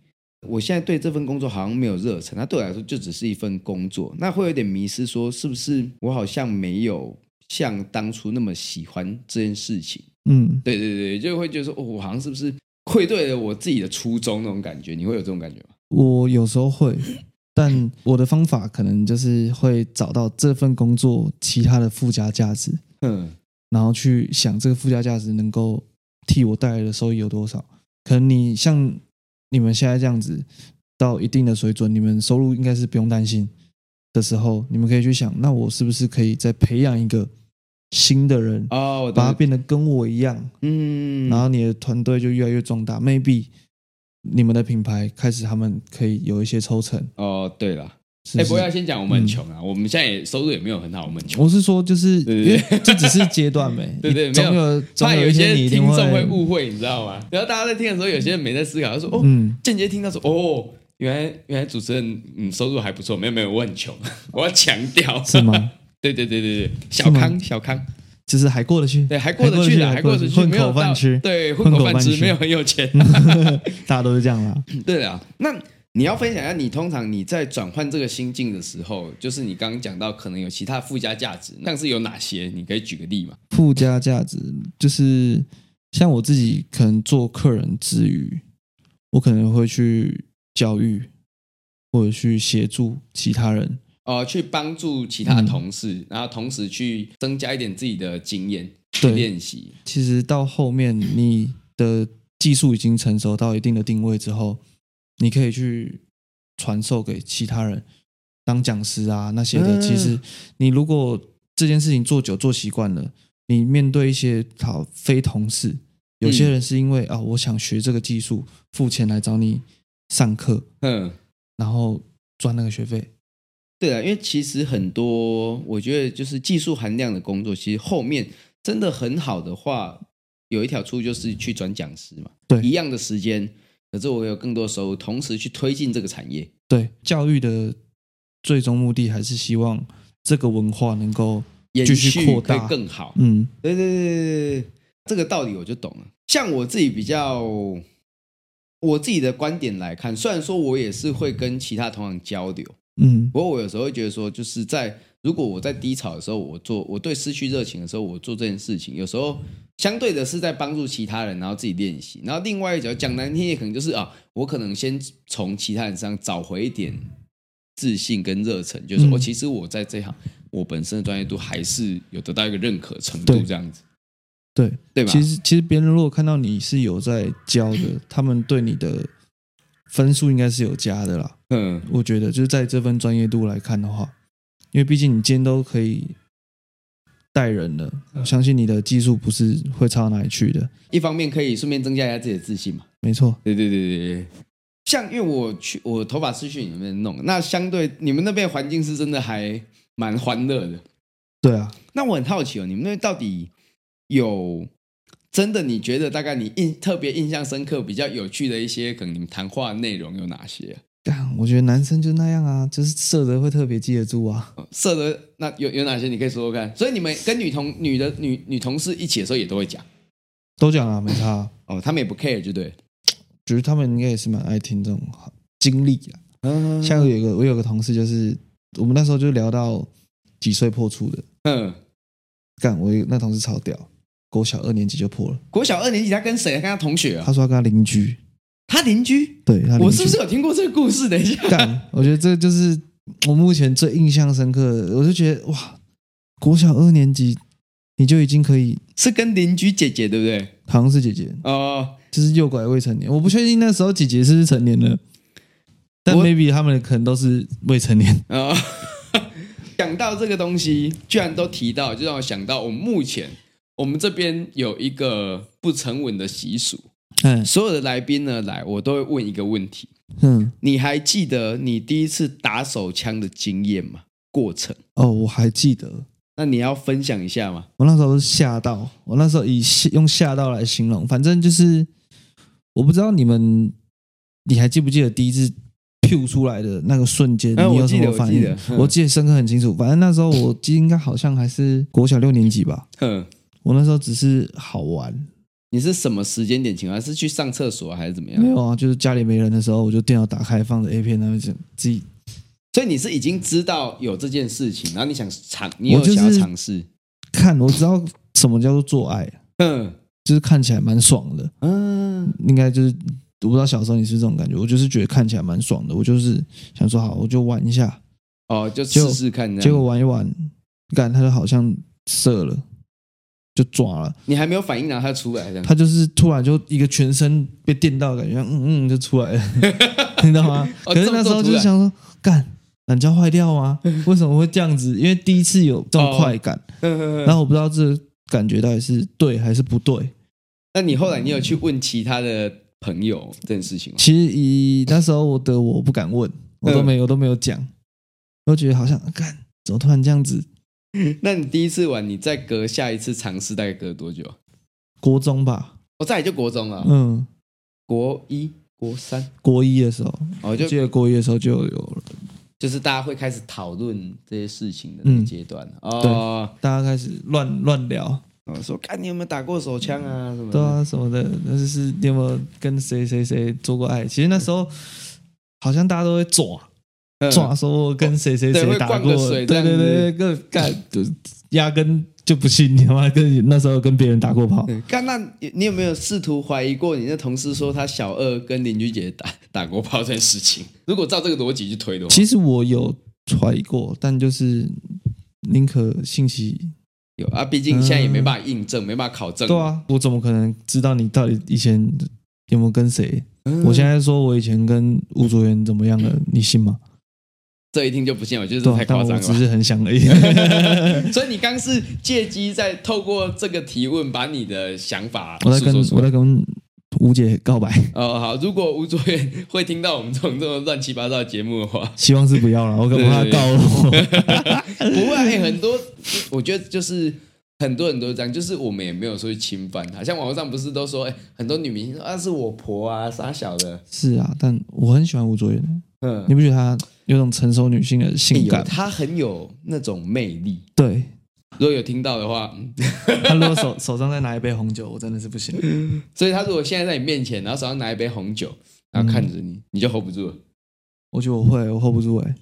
[SPEAKER 2] 我现在对这份工作好像没有热忱，它对我来说就只是一份工作，那会有点迷失，说是不是我好像没有像当初那么喜欢这件事情？
[SPEAKER 1] 嗯，
[SPEAKER 2] 对对对，就会觉得说，哦，我好像是不是愧对了我自己的初衷那种感觉？你会有这种感觉吗？
[SPEAKER 1] 我有时候会，但我的方法可能就是会找到这份工作其他的附加价值，
[SPEAKER 2] 嗯，
[SPEAKER 1] 然后去想这个附加价值能够替我带来的收益有多少。可能你像你们现在这样子到一定的水准，你们收入应该是不用担心的时候，你们可以去想，那我是不是可以再培养一个新的人，
[SPEAKER 2] 哦，我懂
[SPEAKER 1] 把他变得跟我一样，
[SPEAKER 2] 嗯，
[SPEAKER 1] 然后你的团队就越来越壮大，maybe 你们的品牌开始他们可以有一些抽成。
[SPEAKER 2] 哦，对了，
[SPEAKER 1] 是
[SPEAKER 2] 哎，
[SPEAKER 1] 不是
[SPEAKER 2] 不过要先讲我们很穷啊，我们现在也收入也没有很好，我们很穷。
[SPEAKER 1] 我是说，就是
[SPEAKER 2] 对对
[SPEAKER 1] 因为这只是阶段呗，
[SPEAKER 2] 对对
[SPEAKER 1] 你
[SPEAKER 2] 没有
[SPEAKER 1] 总有总
[SPEAKER 2] 怕有
[SPEAKER 1] 一天你
[SPEAKER 2] 些
[SPEAKER 1] 一
[SPEAKER 2] 听
[SPEAKER 1] 定
[SPEAKER 2] 众会误会，你知道吗？然后大家在听的时候，有些人没在思考，他说：“哦，
[SPEAKER 1] 嗯，
[SPEAKER 2] 间接听到说，哦，原来原来主持人嗯收入还不错，没有没有，我很穷， 我要强调
[SPEAKER 1] 是？吗？
[SPEAKER 2] 对对对对对，小康小康，
[SPEAKER 1] 就是还过得去，
[SPEAKER 2] 对还过得去的，还过得去，
[SPEAKER 1] 混
[SPEAKER 2] 没有
[SPEAKER 1] 口
[SPEAKER 2] 到
[SPEAKER 1] 饭吃，
[SPEAKER 2] 对混口饭吃，嗯没有很有钱。
[SPEAKER 1] 大家都是这样啦。
[SPEAKER 2] 对啊，那你要分享一下，你通常你在转换这个心境的时候，就是你刚刚讲到可能有其他附加价值，但是有哪些？你可以举个例嘛？
[SPEAKER 1] 附加价值就是像我自己，可能做客人之余，我可能会去教育或者去协助其他人，
[SPEAKER 2] 呃，去帮助其他同事，然后同时去增加一点自己的经验去
[SPEAKER 1] 对
[SPEAKER 2] 练习。
[SPEAKER 1] 其实到后面你的技术已经成熟到一定的定位之后，你可以去传授给其他人当讲师啊那些的。
[SPEAKER 2] 嗯
[SPEAKER 1] 其实你如果这件事情做久做习惯了，你面对一些好非同事，有些人是因为啊我想学这个技术，付钱来找你上课，
[SPEAKER 2] 嗯，
[SPEAKER 1] 然后赚那个学费。
[SPEAKER 2] 对啊，因为其实很多我觉得就是技术含量的工作，其实后面真的很好的话，有一条出路就是去转讲师嘛。
[SPEAKER 1] 对
[SPEAKER 2] 一样的时间，可是我有更多的收入，同时去推进这个产业。
[SPEAKER 1] 对教育的最终目的还是希望这个文化能够
[SPEAKER 2] 延
[SPEAKER 1] 继
[SPEAKER 2] 续
[SPEAKER 1] 续扩
[SPEAKER 2] 会
[SPEAKER 1] 大
[SPEAKER 2] 更好，
[SPEAKER 1] 嗯。
[SPEAKER 2] 对对对对对对，这个道理我就懂了。像我自己比较，我自己的观点来看，虽然说我也是会跟其他同行交流，
[SPEAKER 1] 嗯
[SPEAKER 2] 不过我有时候会觉得说，就是在如果我在低潮的时候，我做我对失去热情的时候，我做这件事情，有时候相对的是在帮助其他人，然后自己练习。然后另外一角讲难听一点，可能就是啊，我可能先从其他人身上找回一点自信跟热忱，就是
[SPEAKER 1] 嗯
[SPEAKER 2] 我、哦其实我在这行，我本身的专业度还是有得到一个认可程度，
[SPEAKER 1] 对
[SPEAKER 2] 这样子，
[SPEAKER 1] 对，
[SPEAKER 2] 对吧？
[SPEAKER 1] 其实其实别人如果看到你是有在教的，他们对你的分数应该是有加的啦。
[SPEAKER 2] 嗯，
[SPEAKER 1] 我觉得就是在这份专业度来看的话，因为毕竟你今天都可以带人了，
[SPEAKER 2] 嗯
[SPEAKER 1] 我相信你的技术不是会差到哪里去的。
[SPEAKER 2] 一方面可以顺便增加一下自己的自信嘛。
[SPEAKER 1] 没错，
[SPEAKER 2] 对对对对对。像因为我去我头发是去你们弄，那相对你们那边环境是真的还蛮欢乐的。
[SPEAKER 1] 对啊，
[SPEAKER 2] 那我很好奇哦，你们那边到底有真的你觉得大概你印特别印象深刻、比较有趣的一些可能你们谈话内容有哪些？
[SPEAKER 1] 干，我觉得男生就那样啊，就是射的会特别记得住啊。
[SPEAKER 2] 呃色的那有有哪些你可以说说看？所以你们跟女同女的女女同事一起的时候也都会讲
[SPEAKER 1] 都讲啊，没差啊、
[SPEAKER 2] 哦，他们也不 care 就对了。
[SPEAKER 1] 觉得他们应该也是蛮爱听这种经历啊。
[SPEAKER 2] 嗯
[SPEAKER 1] 像有一个我有个同事，就是我们那时候就聊到几岁破处的，
[SPEAKER 2] 嗯，
[SPEAKER 1] 干，我那同事超屌，国小二年级就破了。
[SPEAKER 2] 国小二年级他跟谁啊？跟他同学啊？
[SPEAKER 1] 他说他跟他邻居，
[SPEAKER 2] 他邻居？
[SPEAKER 1] 对他邻居
[SPEAKER 2] 我是不是有听过这个故事？等一下。
[SPEAKER 1] 干？我觉得这就是我目前最印象深刻的。我就觉得哇，国小二年级你就已经可以，
[SPEAKER 2] 是跟邻居姐姐对不对？
[SPEAKER 1] 好像是姐姐，
[SPEAKER 2] 哦、
[SPEAKER 1] 就是诱拐未成年。我不确定那时候姐姐是不是成年了，但
[SPEAKER 2] 我
[SPEAKER 1] maybe 他们可能都是未成年。
[SPEAKER 2] 呃， 讲到这个东西，居然都提到，就让我想到我们目前我们这边有一个不成文的习俗，
[SPEAKER 1] 嗯
[SPEAKER 2] 所有的来宾呢来，我都会问一个问题：
[SPEAKER 1] 嗯，
[SPEAKER 2] 你还记得你第一次打手枪的经验吗？过程？
[SPEAKER 1] 哦，我还记得。
[SPEAKER 2] 那你要分享一下吗？
[SPEAKER 1] 我那时候吓到，我那时候以吓用吓到来形容，反正就是我不知道你们，你还记不记得第一次 Q 出来的那个瞬间，
[SPEAKER 2] 嗯
[SPEAKER 1] 你有什
[SPEAKER 2] 我记得
[SPEAKER 1] 么反
[SPEAKER 2] 我记
[SPEAKER 1] 应？
[SPEAKER 2] 得嗯
[SPEAKER 1] 我记得深刻很清楚。反正那时候我记得应该好像还是国小六年级吧，
[SPEAKER 2] 嗯
[SPEAKER 1] 我那时候只是好玩，
[SPEAKER 2] 你是什么时间点情况？是去上厕所还是怎么样
[SPEAKER 1] 没？有啊，就是家里没人的时候，我就电脑打开放着 A 片，然后就自己
[SPEAKER 2] 所以你是已经知道有这件事情，然后你想尝，你
[SPEAKER 1] 我
[SPEAKER 2] 有
[SPEAKER 1] 就是
[SPEAKER 2] 想要尝试？
[SPEAKER 1] 看。我知道什么叫做做爱，
[SPEAKER 2] 嗯
[SPEAKER 1] 就是看起来蛮爽的。
[SPEAKER 2] 嗯，
[SPEAKER 1] 应该就是我不知道小时候你是这种感觉，我就是觉得看起来蛮爽的，我就是想说好，我就玩一下。
[SPEAKER 2] 哦，就
[SPEAKER 1] 结果
[SPEAKER 2] 试试看这样。
[SPEAKER 1] 结果玩一玩，感他就好像射了，就抓了。
[SPEAKER 2] 你还没有反应，然后它出来这样。
[SPEAKER 1] 他就是突然就一个全身被电到的感觉，嗯嗯就出 来了，你知道吗？
[SPEAKER 2] 哦
[SPEAKER 1] 可是那时候就是想说，干懒觉坏掉 吗？为什么会这样子？因为第一次有这种快感，
[SPEAKER 2] 嗯 嗯
[SPEAKER 1] 然
[SPEAKER 2] 嗯
[SPEAKER 1] 后我不知道这感觉到底是对还是不对。
[SPEAKER 2] 那你后来你有去问其他的朋友这件事 情吗？
[SPEAKER 1] 其实以那时候我的我不敢问，我都没
[SPEAKER 2] 嗯
[SPEAKER 1] 有我都没有讲，我觉得好像干怎么突然这样子？
[SPEAKER 2] 那你第一次玩，你再隔下一次尝试，大概隔多久？
[SPEAKER 1] 国中吧，
[SPEAKER 2] 我、再来就国中了，啊
[SPEAKER 1] 嗯，
[SPEAKER 2] 国一、国三，
[SPEAKER 1] 国一的时候，
[SPEAKER 2] 哦，就
[SPEAKER 1] 我记得国一的时候就有了，
[SPEAKER 2] 就是大家会开始讨论这些事情的那个
[SPEAKER 1] 嗯
[SPEAKER 2] 阶段、哦。
[SPEAKER 1] 大家开始乱乱聊，
[SPEAKER 2] 我说，看你有没有打过手枪啊？什么的？
[SPEAKER 1] 对啊，什么的，那就是你有没有跟谁谁谁做过爱？其实那时候好像大家都会抓
[SPEAKER 2] 嗯
[SPEAKER 1] 抓，说我跟谁谁
[SPEAKER 2] 对
[SPEAKER 1] 谁
[SPEAKER 2] 会
[SPEAKER 1] 打
[SPEAKER 2] 灌
[SPEAKER 1] 过
[SPEAKER 2] 个，水
[SPEAKER 1] 对
[SPEAKER 2] 这
[SPEAKER 1] 对
[SPEAKER 2] 样子
[SPEAKER 1] 对，个干就压根就不信你他妈跟那时候跟别人打过炮，
[SPEAKER 2] 对干那，你你有没有试图怀疑过你的同事说他小二跟邻居姐打 打过炮这件事情？如果照这个逻辑去推的话，
[SPEAKER 1] 其实我有怀疑过，但就是宁可信其
[SPEAKER 2] 有啊，毕竟现在也没办法印证，没办法考证。
[SPEAKER 1] 嗯对，啊，我怎么可能知道你到底以前有没有跟谁？
[SPEAKER 2] 嗯
[SPEAKER 1] 我现在说我以前跟吴卓源怎么样了，你信吗？
[SPEAKER 2] 这一听就不信，我觉得
[SPEAKER 1] 对
[SPEAKER 2] 这
[SPEAKER 1] 啊
[SPEAKER 2] 太，
[SPEAKER 1] 但
[SPEAKER 2] 夸张
[SPEAKER 1] 我
[SPEAKER 2] 了
[SPEAKER 1] 只
[SPEAKER 2] 吧。
[SPEAKER 1] 是很想而已。
[SPEAKER 2] 所以你刚是借机在透过这个提问，把你的想法
[SPEAKER 1] 我在跟
[SPEAKER 2] 诉说出
[SPEAKER 1] 我
[SPEAKER 2] 来
[SPEAKER 1] 在跟吴姐告白，
[SPEAKER 2] 哦好，如果吴卓源会听到我们这种这种乱七八糟的节目的话，
[SPEAKER 1] 希望是不要了，我恐怕她告 我。
[SPEAKER 2] 不会啊、欸很多，我觉得就是很多人都是这样，就是我们也没有说去侵犯她，像网络上不是都说，哎、很多女明星说啊是我婆啊，傻小的，
[SPEAKER 1] 是啊，但我很喜欢吴卓源，
[SPEAKER 2] 嗯，
[SPEAKER 1] 你不觉得她有种成熟女性的
[SPEAKER 2] 欸
[SPEAKER 1] 性
[SPEAKER 2] 有
[SPEAKER 1] 感？
[SPEAKER 2] 她很有那种魅力。
[SPEAKER 1] 对，
[SPEAKER 2] 如果有听到的话，嗯
[SPEAKER 1] 她如果手 手上再拿一杯红酒，我真的是不行。
[SPEAKER 2] 所以她如果现在在你面前，然后手上拿一杯红酒，然后看着你，你就 hold 不住了。
[SPEAKER 1] 我觉得我会，我 hold 不住哎、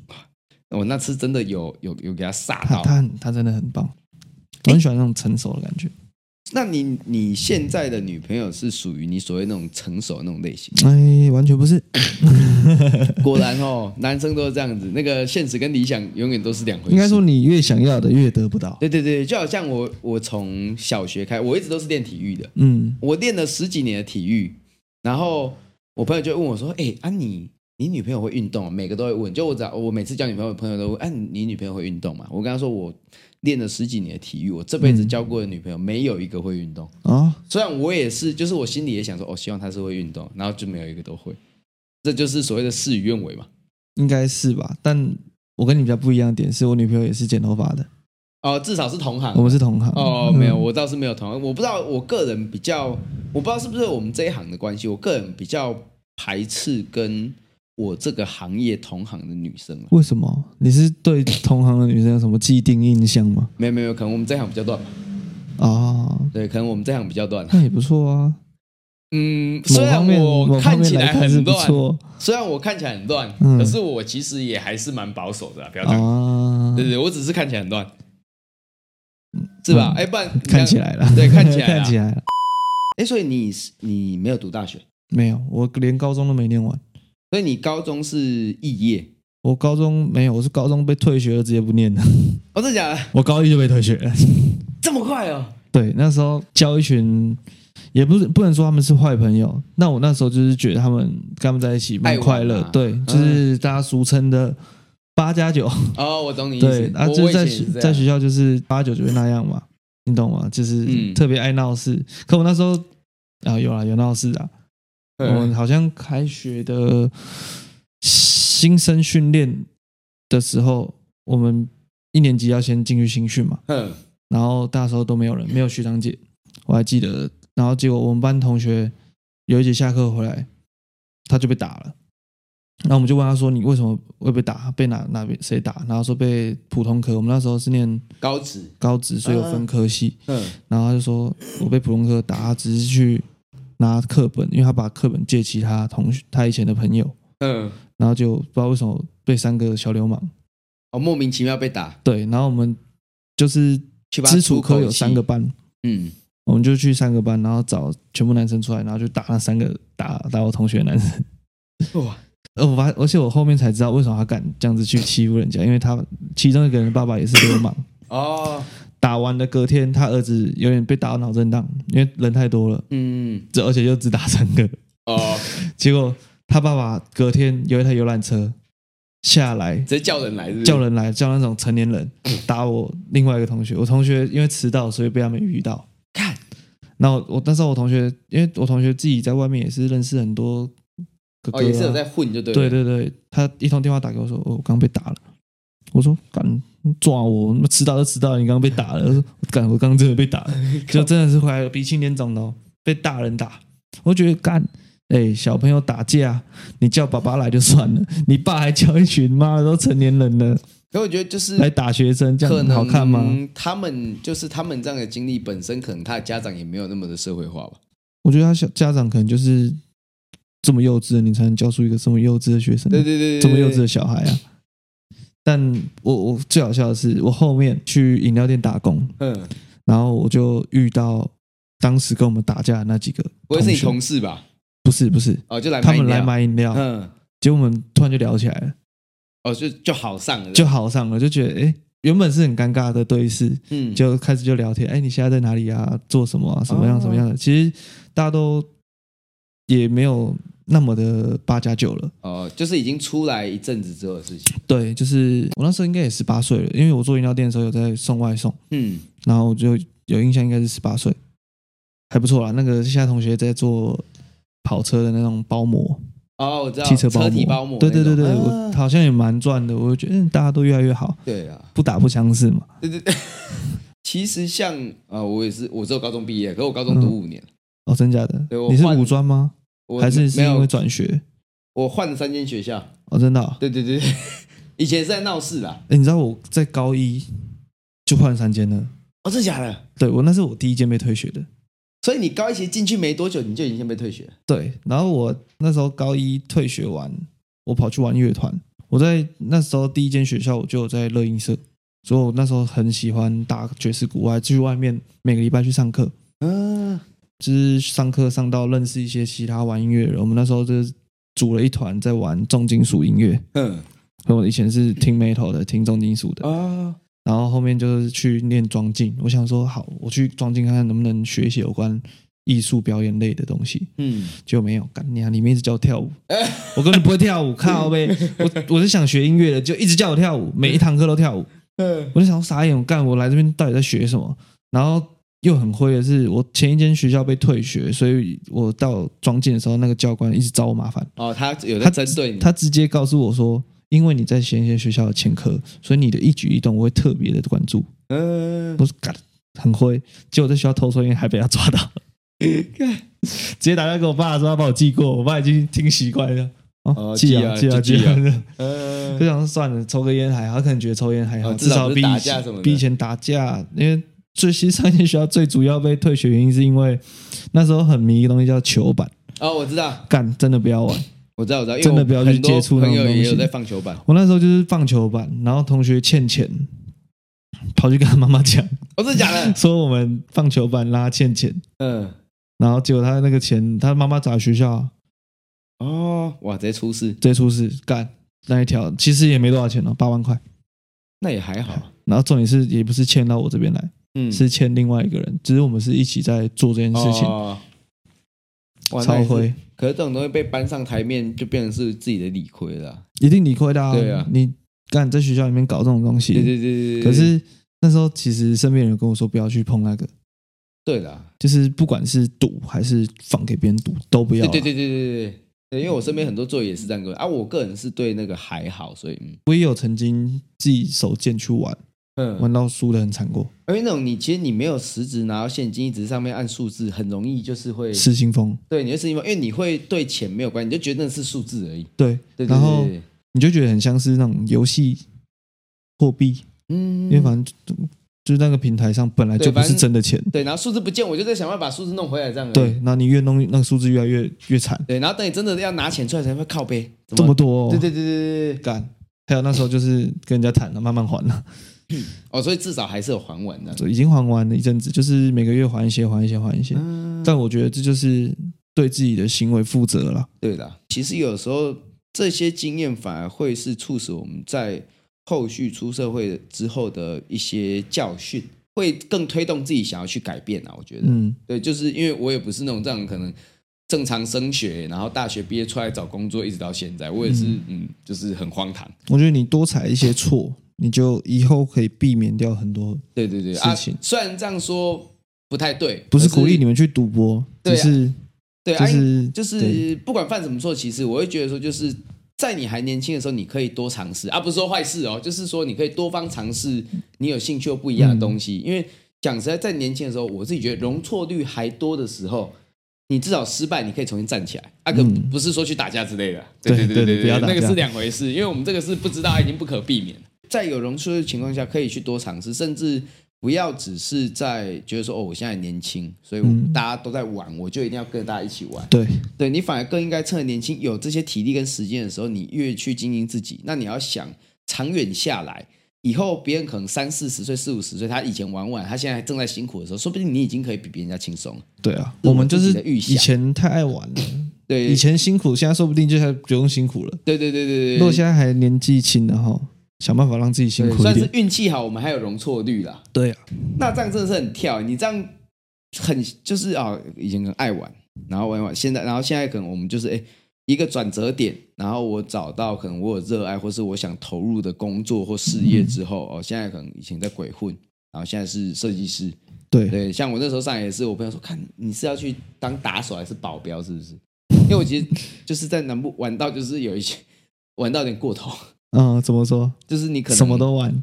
[SPEAKER 2] 我那次真的有有有给她吓
[SPEAKER 1] 他
[SPEAKER 2] 到。
[SPEAKER 1] 他很他真的很棒，我很喜欢那种成熟的感觉。
[SPEAKER 2] 那你你现在的女朋友是属于你所谓那种成熟的那种类型？
[SPEAKER 1] 哎，完全不是，
[SPEAKER 2] 果然哦，男生都是这样子，那个现实跟理想永远都是两回事。
[SPEAKER 1] 应该说，你越想要的越得不到。
[SPEAKER 2] 对对对，就好像我我从小学开，我一直都是练体育的，
[SPEAKER 1] 嗯，
[SPEAKER 2] 我练了十几年的体育，然后我朋友就问我说：“哎、啊你你女朋友会运动、啊？”每个都会问，就我只要我每次交女朋友，朋友都问：“哎、你女朋友会运动吗？”我跟他说：“我练了十几年的体育，我这辈子交过的女朋友没有一个会运动。
[SPEAKER 1] 哦，
[SPEAKER 2] 虽然我也是，就是我心里也想说，哦，希望她是会运动，然后就没有一个都会，这就是所谓的事与愿违嘛。
[SPEAKER 1] 应该是吧。但我跟你比较不一样的点是，我女朋友也是剪头发的，
[SPEAKER 2] 哦，至少是同行。
[SPEAKER 1] 我们是同行。
[SPEAKER 2] 哦，
[SPEAKER 1] 嗯
[SPEAKER 2] 没有，，我倒是没有同行。我不知道，我个人比较，我不知道是不是我们这一行的关系，我个人比较排斥跟我这个行业同行的女生啊
[SPEAKER 1] 为什么？你是对同行的女生有什么既定印象吗？
[SPEAKER 2] 没有没有，可能我们这行比较乱吧。
[SPEAKER 1] 哦，
[SPEAKER 2] 对，可能我们这行比较乱。
[SPEAKER 1] 那也不错啊。
[SPEAKER 2] 嗯，虽
[SPEAKER 1] 某
[SPEAKER 2] 然
[SPEAKER 1] 方面，
[SPEAKER 2] 我
[SPEAKER 1] 某方
[SPEAKER 2] 看
[SPEAKER 1] 面
[SPEAKER 2] 起
[SPEAKER 1] 来
[SPEAKER 2] 来
[SPEAKER 1] 看是
[SPEAKER 2] 很
[SPEAKER 1] 不
[SPEAKER 2] 乱，
[SPEAKER 1] 错
[SPEAKER 2] 虽然我看起来很乱，
[SPEAKER 1] 嗯
[SPEAKER 2] 可是我其实也还是蛮保守的啊、不要这样
[SPEAKER 1] 啊
[SPEAKER 2] 对。对，我只是看起来很乱，是吧？
[SPEAKER 1] 嗯
[SPEAKER 2] 哎、不然你
[SPEAKER 1] 看
[SPEAKER 2] 看
[SPEAKER 1] 起来了，
[SPEAKER 2] 对看起来啦
[SPEAKER 1] 看起来了。
[SPEAKER 2] 哎、所以你是你没有读大学，
[SPEAKER 1] 没有，我连高中都没念完。
[SPEAKER 2] 所以你高中是肄业，
[SPEAKER 1] 我高中没有，我是高中被退学了，直接不念了。
[SPEAKER 2] 哦，真的假的？
[SPEAKER 1] 我高一就被退学了。
[SPEAKER 2] 这么快哦？
[SPEAKER 1] 对，那时候交一群，也不是不能说他们是坏朋友，那我那时候就是觉得他们跟他们在一起蛮快
[SPEAKER 2] 爱
[SPEAKER 1] 乐，
[SPEAKER 2] 玩啊
[SPEAKER 1] 对，就是大家俗称的八加九，
[SPEAKER 2] 哦，我懂你意
[SPEAKER 1] 对
[SPEAKER 2] 思，。
[SPEAKER 1] 啊，
[SPEAKER 2] 我
[SPEAKER 1] 就是
[SPEAKER 2] 我以
[SPEAKER 1] 在
[SPEAKER 2] 前
[SPEAKER 1] 学
[SPEAKER 2] 也是这
[SPEAKER 1] 在
[SPEAKER 2] 样
[SPEAKER 1] 学校就是八九就会那样嘛，你懂吗？就是
[SPEAKER 2] 嗯
[SPEAKER 1] 特别爱闹事。可我那时候啊，有啦，有闹事啊，我
[SPEAKER 2] 嗯
[SPEAKER 1] 们好像开学的新生训练的时候，我们一年级要先进去新训嘛。
[SPEAKER 2] 嗯
[SPEAKER 1] 然后那时候都没有人，没有学长姐，我还记得。然后结果我们班同学有一节下课回来，他就被打了，然后我们就问他说：“你为什么会被打？被哪哪边谁打？”然后说被普通科，我们那时候是念
[SPEAKER 2] 高职，
[SPEAKER 1] 高职，所以有分科系。
[SPEAKER 2] 嗯，
[SPEAKER 1] 然后他就说：“我被普通科打，他只是去拿课本，因为他把课本借其他同学，他以前的朋友，
[SPEAKER 2] 嗯，
[SPEAKER 1] 然后就不知道为什么被三个小流氓
[SPEAKER 2] 哦，莫名其妙被打，
[SPEAKER 1] 对。然后我们就是
[SPEAKER 2] 去吧
[SPEAKER 1] 基础科有三个，班，
[SPEAKER 2] 嗯，
[SPEAKER 1] 我们就去三个班，然后找全部男生出来，然后就打那三个打打我同学的男生。
[SPEAKER 2] 哇，
[SPEAKER 1] 呃，我发，而且我后面才知道为什么他敢这样子去欺负人家，因为他其中一个人爸爸也是流氓，
[SPEAKER 2] 哦，
[SPEAKER 1] 打完的隔天他儿子有点被打到脑震荡，因为人太多了，
[SPEAKER 2] 嗯，
[SPEAKER 1] 这而且又只打三个，
[SPEAKER 2] 哦，
[SPEAKER 1] 结果他爸爸隔天有一台游览车下来
[SPEAKER 2] 直接叫人来是不是，
[SPEAKER 1] 叫人来叫那种成年 人打我另外一个同学，我同学因为迟到，所以被他们遇到。
[SPEAKER 2] 看，
[SPEAKER 1] 然后我我那时候我同学，因为我同学自己在外面也是认识很多哥哥、啊
[SPEAKER 2] 哦，也是有在混就对，
[SPEAKER 1] 对，对对，他一通电话打给我说，哦我刚被打了。我说敢抓我，那迟到就迟到了，你刚刚被打了。我说敢，我刚刚真的被 打了，就真的是回来鼻青脸肿的、哦，被大人打。我觉得干，哎、小朋友打架，你叫爸爸来就算了，你爸还叫一群妈的都成年人了
[SPEAKER 2] 可我觉得就是
[SPEAKER 1] 来打学生，这
[SPEAKER 2] 嗯可
[SPEAKER 1] 样
[SPEAKER 2] 能嗯
[SPEAKER 1] 好看吗？
[SPEAKER 2] 他们就是他们这样的经历本身，可能他的家长也没有那么的社会化吧。
[SPEAKER 1] 我觉得他小家长可能就是这么幼稚，你才能教出一个这么幼稚的学生。
[SPEAKER 2] 对对对，对
[SPEAKER 1] 这么幼稚的小孩啊！但我我最好笑的是，我后面去饮料店打工，
[SPEAKER 2] 嗯，
[SPEAKER 1] 然后我就遇到当时跟我们打架的那几个
[SPEAKER 2] 不会是你
[SPEAKER 1] 学
[SPEAKER 2] 同事吧？
[SPEAKER 1] 不是不是，
[SPEAKER 2] 哦，就来
[SPEAKER 1] 他们来啊
[SPEAKER 2] 饮料，
[SPEAKER 1] 买饮料，
[SPEAKER 2] 嗯，
[SPEAKER 1] 结果我们突然就聊起来了，
[SPEAKER 2] 哦，就就好上了，
[SPEAKER 1] 就好上了，就觉得哎、诶原本是很尴尬的对视，
[SPEAKER 2] 嗯，
[SPEAKER 1] 就开始就聊天，哎、你现在在哪里啊？做什么啊？什么样
[SPEAKER 2] 哦
[SPEAKER 1] 什么样的？其实大家都也没有那么的八加九了。
[SPEAKER 2] 哦，就是已经出来一阵子之后的事情，
[SPEAKER 1] 对，就是我那时候应该也十八岁了，因为我做饮料店的时候有在送外送，
[SPEAKER 2] 嗯，
[SPEAKER 1] 然后我就有印象，应该是十八岁，还不错啦。那个现在同学在做跑车的那种包模，
[SPEAKER 2] 哦，我知道，
[SPEAKER 1] 汽车包模，
[SPEAKER 2] 车体包膜
[SPEAKER 1] 对
[SPEAKER 2] 那种，
[SPEAKER 1] 对对对，
[SPEAKER 2] 啊
[SPEAKER 1] 我好像也蛮赚的。我就觉得、嗯大家都越来越好，
[SPEAKER 2] 对啊，
[SPEAKER 1] 不打不相识嘛。
[SPEAKER 2] 对对对。 其实像啊、我也是，我只有高中毕业，可是我高中读五年，
[SPEAKER 1] 哦，真假的
[SPEAKER 2] 对我？
[SPEAKER 1] 你是
[SPEAKER 2] 换
[SPEAKER 1] 五专吗？
[SPEAKER 2] 我
[SPEAKER 1] 还是是
[SPEAKER 2] 没
[SPEAKER 1] 因为
[SPEAKER 2] 有，
[SPEAKER 1] 转学？
[SPEAKER 2] 我换了三间学校。
[SPEAKER 1] 哦，真的、哦。
[SPEAKER 2] 对对对，对 以前是在闹事啦。
[SPEAKER 1] 哎，你知道我在高一就换三间了。
[SPEAKER 2] 哦，真的假的？
[SPEAKER 1] 对我那是我第一间被退学的，
[SPEAKER 2] 所以你高一其实进去没多久，你就已经先被退学了。
[SPEAKER 1] 对，然后我那时候高一退学完，我跑去玩乐团。我在那时候第一间学校，我就有在乐音社，所以我那时候很喜欢打爵士鼓，我还去外面每个礼拜去上课，
[SPEAKER 2] 嗯、
[SPEAKER 1] 啊就是上课上到认识一些其他玩音乐的人。我们那时候就是组了一团在玩重金属音乐，
[SPEAKER 2] 嗯
[SPEAKER 1] 所以我以前是听 metal 的，听重金属的，
[SPEAKER 2] 啊，
[SPEAKER 1] 然后后面就是去念装镜。我想说，好，我去装镜看看能不能学一些有关艺术表演类的东西。
[SPEAKER 2] 嗯，
[SPEAKER 1] 就没有干你啊！里面一直叫我跳舞， 我根本不会跳舞，靠呗！我我是想学音乐的，就一直叫我跳舞，每一堂课都跳舞。
[SPEAKER 2] 嗯
[SPEAKER 1] 我就想傻眼，我干我来这边到底在学什么？然后又很灰的是，我前一间学校被退学，所以我到装进的时候，那个教官一直找我麻烦，
[SPEAKER 2] 哦，他有在针对你，
[SPEAKER 1] 他直接告诉我说，因为你在前一间学校的前科，所以你的一举一动我会特别的关注。
[SPEAKER 2] 嗯，
[SPEAKER 1] 我说干很灰，结果在学校偷抽烟还被他抓到，直接打电话给我爸说他把我记过，我爸已经听习惯了。
[SPEAKER 2] 哦
[SPEAKER 1] 哦，记啊
[SPEAKER 2] 记
[SPEAKER 1] 记
[SPEAKER 2] 啊
[SPEAKER 1] 啊
[SPEAKER 2] 就
[SPEAKER 1] 记
[SPEAKER 2] 记啊
[SPEAKER 1] 啊！
[SPEAKER 2] 嗯
[SPEAKER 1] 就想说算了，抽个烟还好，他可能觉得抽烟还好，
[SPEAKER 2] 哦至
[SPEAKER 1] 至
[SPEAKER 2] 少
[SPEAKER 1] 少
[SPEAKER 2] 不是
[SPEAKER 1] 比
[SPEAKER 2] 打
[SPEAKER 1] 以
[SPEAKER 2] 架什么的
[SPEAKER 1] 前比以前打架，因为最新上一间学校最主要被退学原因是因为那时候很迷一个东西叫球板，
[SPEAKER 2] 哦，我知道，
[SPEAKER 1] 干真的不要 玩。
[SPEAKER 2] 我知道，我知道，因为
[SPEAKER 1] 真的
[SPEAKER 2] 我
[SPEAKER 1] 不要去
[SPEAKER 2] 很多
[SPEAKER 1] 接触那
[SPEAKER 2] 朋
[SPEAKER 1] 种
[SPEAKER 2] 友
[SPEAKER 1] 东
[SPEAKER 2] 也有
[SPEAKER 1] 西
[SPEAKER 2] 在放球板。
[SPEAKER 1] 我那时候就是棒球板，然后同学欠钱，跑去跟他妈妈讲，
[SPEAKER 2] 哦，真的假 的？
[SPEAKER 1] 说我们棒球板拉欠钱，
[SPEAKER 2] 嗯，
[SPEAKER 1] 然后结果他那个钱，他妈妈找学校啊
[SPEAKER 2] 哦，哇，直接出事，
[SPEAKER 1] 直接出事干那一条，其实也没多少钱哦，八万块。
[SPEAKER 2] 那也还好。
[SPEAKER 1] 然后重点是也不是欠到我这边来，
[SPEAKER 2] 嗯，
[SPEAKER 1] 是欠另外一个人，只是我们是一起在做这件事情，
[SPEAKER 2] 哦哇那
[SPEAKER 1] 超
[SPEAKER 2] 也是
[SPEAKER 1] 亏，
[SPEAKER 2] 可是这种东西被搬上台面，就变成是自己的理亏了啊。
[SPEAKER 1] 一定理亏的、啊。
[SPEAKER 2] 对啊
[SPEAKER 1] 你干在学校里面搞这种东西，
[SPEAKER 2] 对对对对对。
[SPEAKER 1] 可是那时候其实身边人有跟我说不要去碰那个，
[SPEAKER 2] 对啦，
[SPEAKER 1] 就是不管是赌还是放给别人赌都不要、
[SPEAKER 2] 对
[SPEAKER 1] 啊。
[SPEAKER 2] 对对对对对对，因为我身边很多座椅也是这样跟我啊，我个人是对那个还好，所以嗯，
[SPEAKER 1] 我也有曾经自己手贱去玩，
[SPEAKER 2] 嗯，
[SPEAKER 1] 玩到输的很惨过，
[SPEAKER 2] 因为那种你其实你没有实质拿到现金，一直上面按数字，很容易就是会
[SPEAKER 1] 失心疯。
[SPEAKER 2] 对你会是因为因为你会对钱没有关系，你就觉得那是数字而已。
[SPEAKER 1] 对，
[SPEAKER 2] 对对
[SPEAKER 1] 然后
[SPEAKER 2] 对对对
[SPEAKER 1] 你就觉得很像是那种游戏货币，
[SPEAKER 2] 嗯
[SPEAKER 1] 因为反正就就是那个平台上本来就
[SPEAKER 2] 对
[SPEAKER 1] 不
[SPEAKER 2] 反
[SPEAKER 1] 是
[SPEAKER 2] 正
[SPEAKER 1] 真的钱。
[SPEAKER 2] 对，然后数字不见，我就在想办法把数字弄回来这样而已。
[SPEAKER 1] 对，那你越弄那个数字越来越越惨，
[SPEAKER 2] 对，然后等你真的要拿钱出来才会靠背，怎
[SPEAKER 1] 这么多、哦，
[SPEAKER 2] 对对对对对对，
[SPEAKER 1] 干。还有那时候就是跟人家谈了，慢慢还了，
[SPEAKER 2] 哦，所以至少还是有还完的。
[SPEAKER 1] 就已经还完了一阵子，就是每个月还一些，还一些，还一些。
[SPEAKER 2] 嗯，
[SPEAKER 1] 但我觉得这就是对自己的行为负责了。
[SPEAKER 2] 对啦，其实有时候这些经验反而会是促使我们在后续出社会之后的一些教训，会更推动自己想要去改变啊。我觉得，
[SPEAKER 1] 嗯，
[SPEAKER 2] 对，就是因为我也不是那种这样可能正常升学，然后大学毕业出来找工作，一直到现在，我也是嗯就是很荒唐。
[SPEAKER 1] 我觉得你多踩一些错，你就以后可以避免掉很多。
[SPEAKER 2] 对对对，
[SPEAKER 1] 事
[SPEAKER 2] 啊，
[SPEAKER 1] 情
[SPEAKER 2] 虽然这样说不太对，
[SPEAKER 1] 不是
[SPEAKER 2] 可
[SPEAKER 1] 鼓励你们去赌博，
[SPEAKER 2] 对
[SPEAKER 1] 只
[SPEAKER 2] 啊
[SPEAKER 1] 是
[SPEAKER 2] 对，
[SPEAKER 1] 就
[SPEAKER 2] 啊
[SPEAKER 1] 是
[SPEAKER 2] 就是
[SPEAKER 1] 对
[SPEAKER 2] 不管犯什么错，其实我会觉得说，就是在你还年轻的时候，你可以多尝试，而、啊、不是说坏事哦，就是说你可以多方尝试你有兴趣又不一样的东
[SPEAKER 1] 嗯
[SPEAKER 2] 西。因为讲实在，在年轻的时候，我自己觉得容错率还多的时候。你至少失败，你可以重新站起来。啊，可
[SPEAKER 1] 嗯
[SPEAKER 2] 不是说去打架之类的。
[SPEAKER 1] 对
[SPEAKER 2] 对对
[SPEAKER 1] 对
[SPEAKER 2] 对
[SPEAKER 1] 不要打
[SPEAKER 2] 那个
[SPEAKER 1] 架
[SPEAKER 2] 是两回事，因为我们这个是不知道，它已经不可避免。在有容错的情况下，可以去多尝试，甚至不要只是在觉得说哦，我现在年轻，所以我
[SPEAKER 1] 嗯
[SPEAKER 2] 大家都在玩，我就一定要跟大家一起玩。
[SPEAKER 1] 对，
[SPEAKER 2] 对你反而更应该趁着年轻有这些体力跟时间的时候，你越去经营自己。那你要想长远下来，以后别人可能三四十岁、四五十岁，他以前玩玩，他现在正在辛苦的时候，说不定你已经可以比别人家轻松。
[SPEAKER 1] 对啊，
[SPEAKER 2] 是
[SPEAKER 1] 我
[SPEAKER 2] 我
[SPEAKER 1] 们就
[SPEAKER 2] 自
[SPEAKER 1] 是
[SPEAKER 2] 己的预想
[SPEAKER 1] 以前太爱玩了，
[SPEAKER 2] 对，
[SPEAKER 1] 以前辛苦，现在说不定就还不用辛苦了。
[SPEAKER 2] 对对对对对
[SPEAKER 1] 如果现在还年纪轻的哈，想办法让自己辛
[SPEAKER 2] 对，
[SPEAKER 1] 苦一
[SPEAKER 2] 算是
[SPEAKER 1] 点。
[SPEAKER 2] 运气好，我们还有容错率啦。
[SPEAKER 1] 对啊，
[SPEAKER 2] 那这样真的是很跳，欸你这样很就是啊、以前很爱玩，然后玩一玩，现在然后现在可能我们就是哎一个转折点，然后我找到可能我有热爱或是我想投入的工作或事业之
[SPEAKER 1] 嗯
[SPEAKER 2] 后，哦，现在可能以前在鬼混，然后现在是设计师，
[SPEAKER 1] 对，
[SPEAKER 2] 对，像我那时候上来也是，我朋友说，看你是要去当打手还是保镖，是不 是？因为我其实就是在南部玩到就是有一些玩到有点过头，
[SPEAKER 1] 嗯，怎么说？
[SPEAKER 2] 就是你可能
[SPEAKER 1] 什么都玩，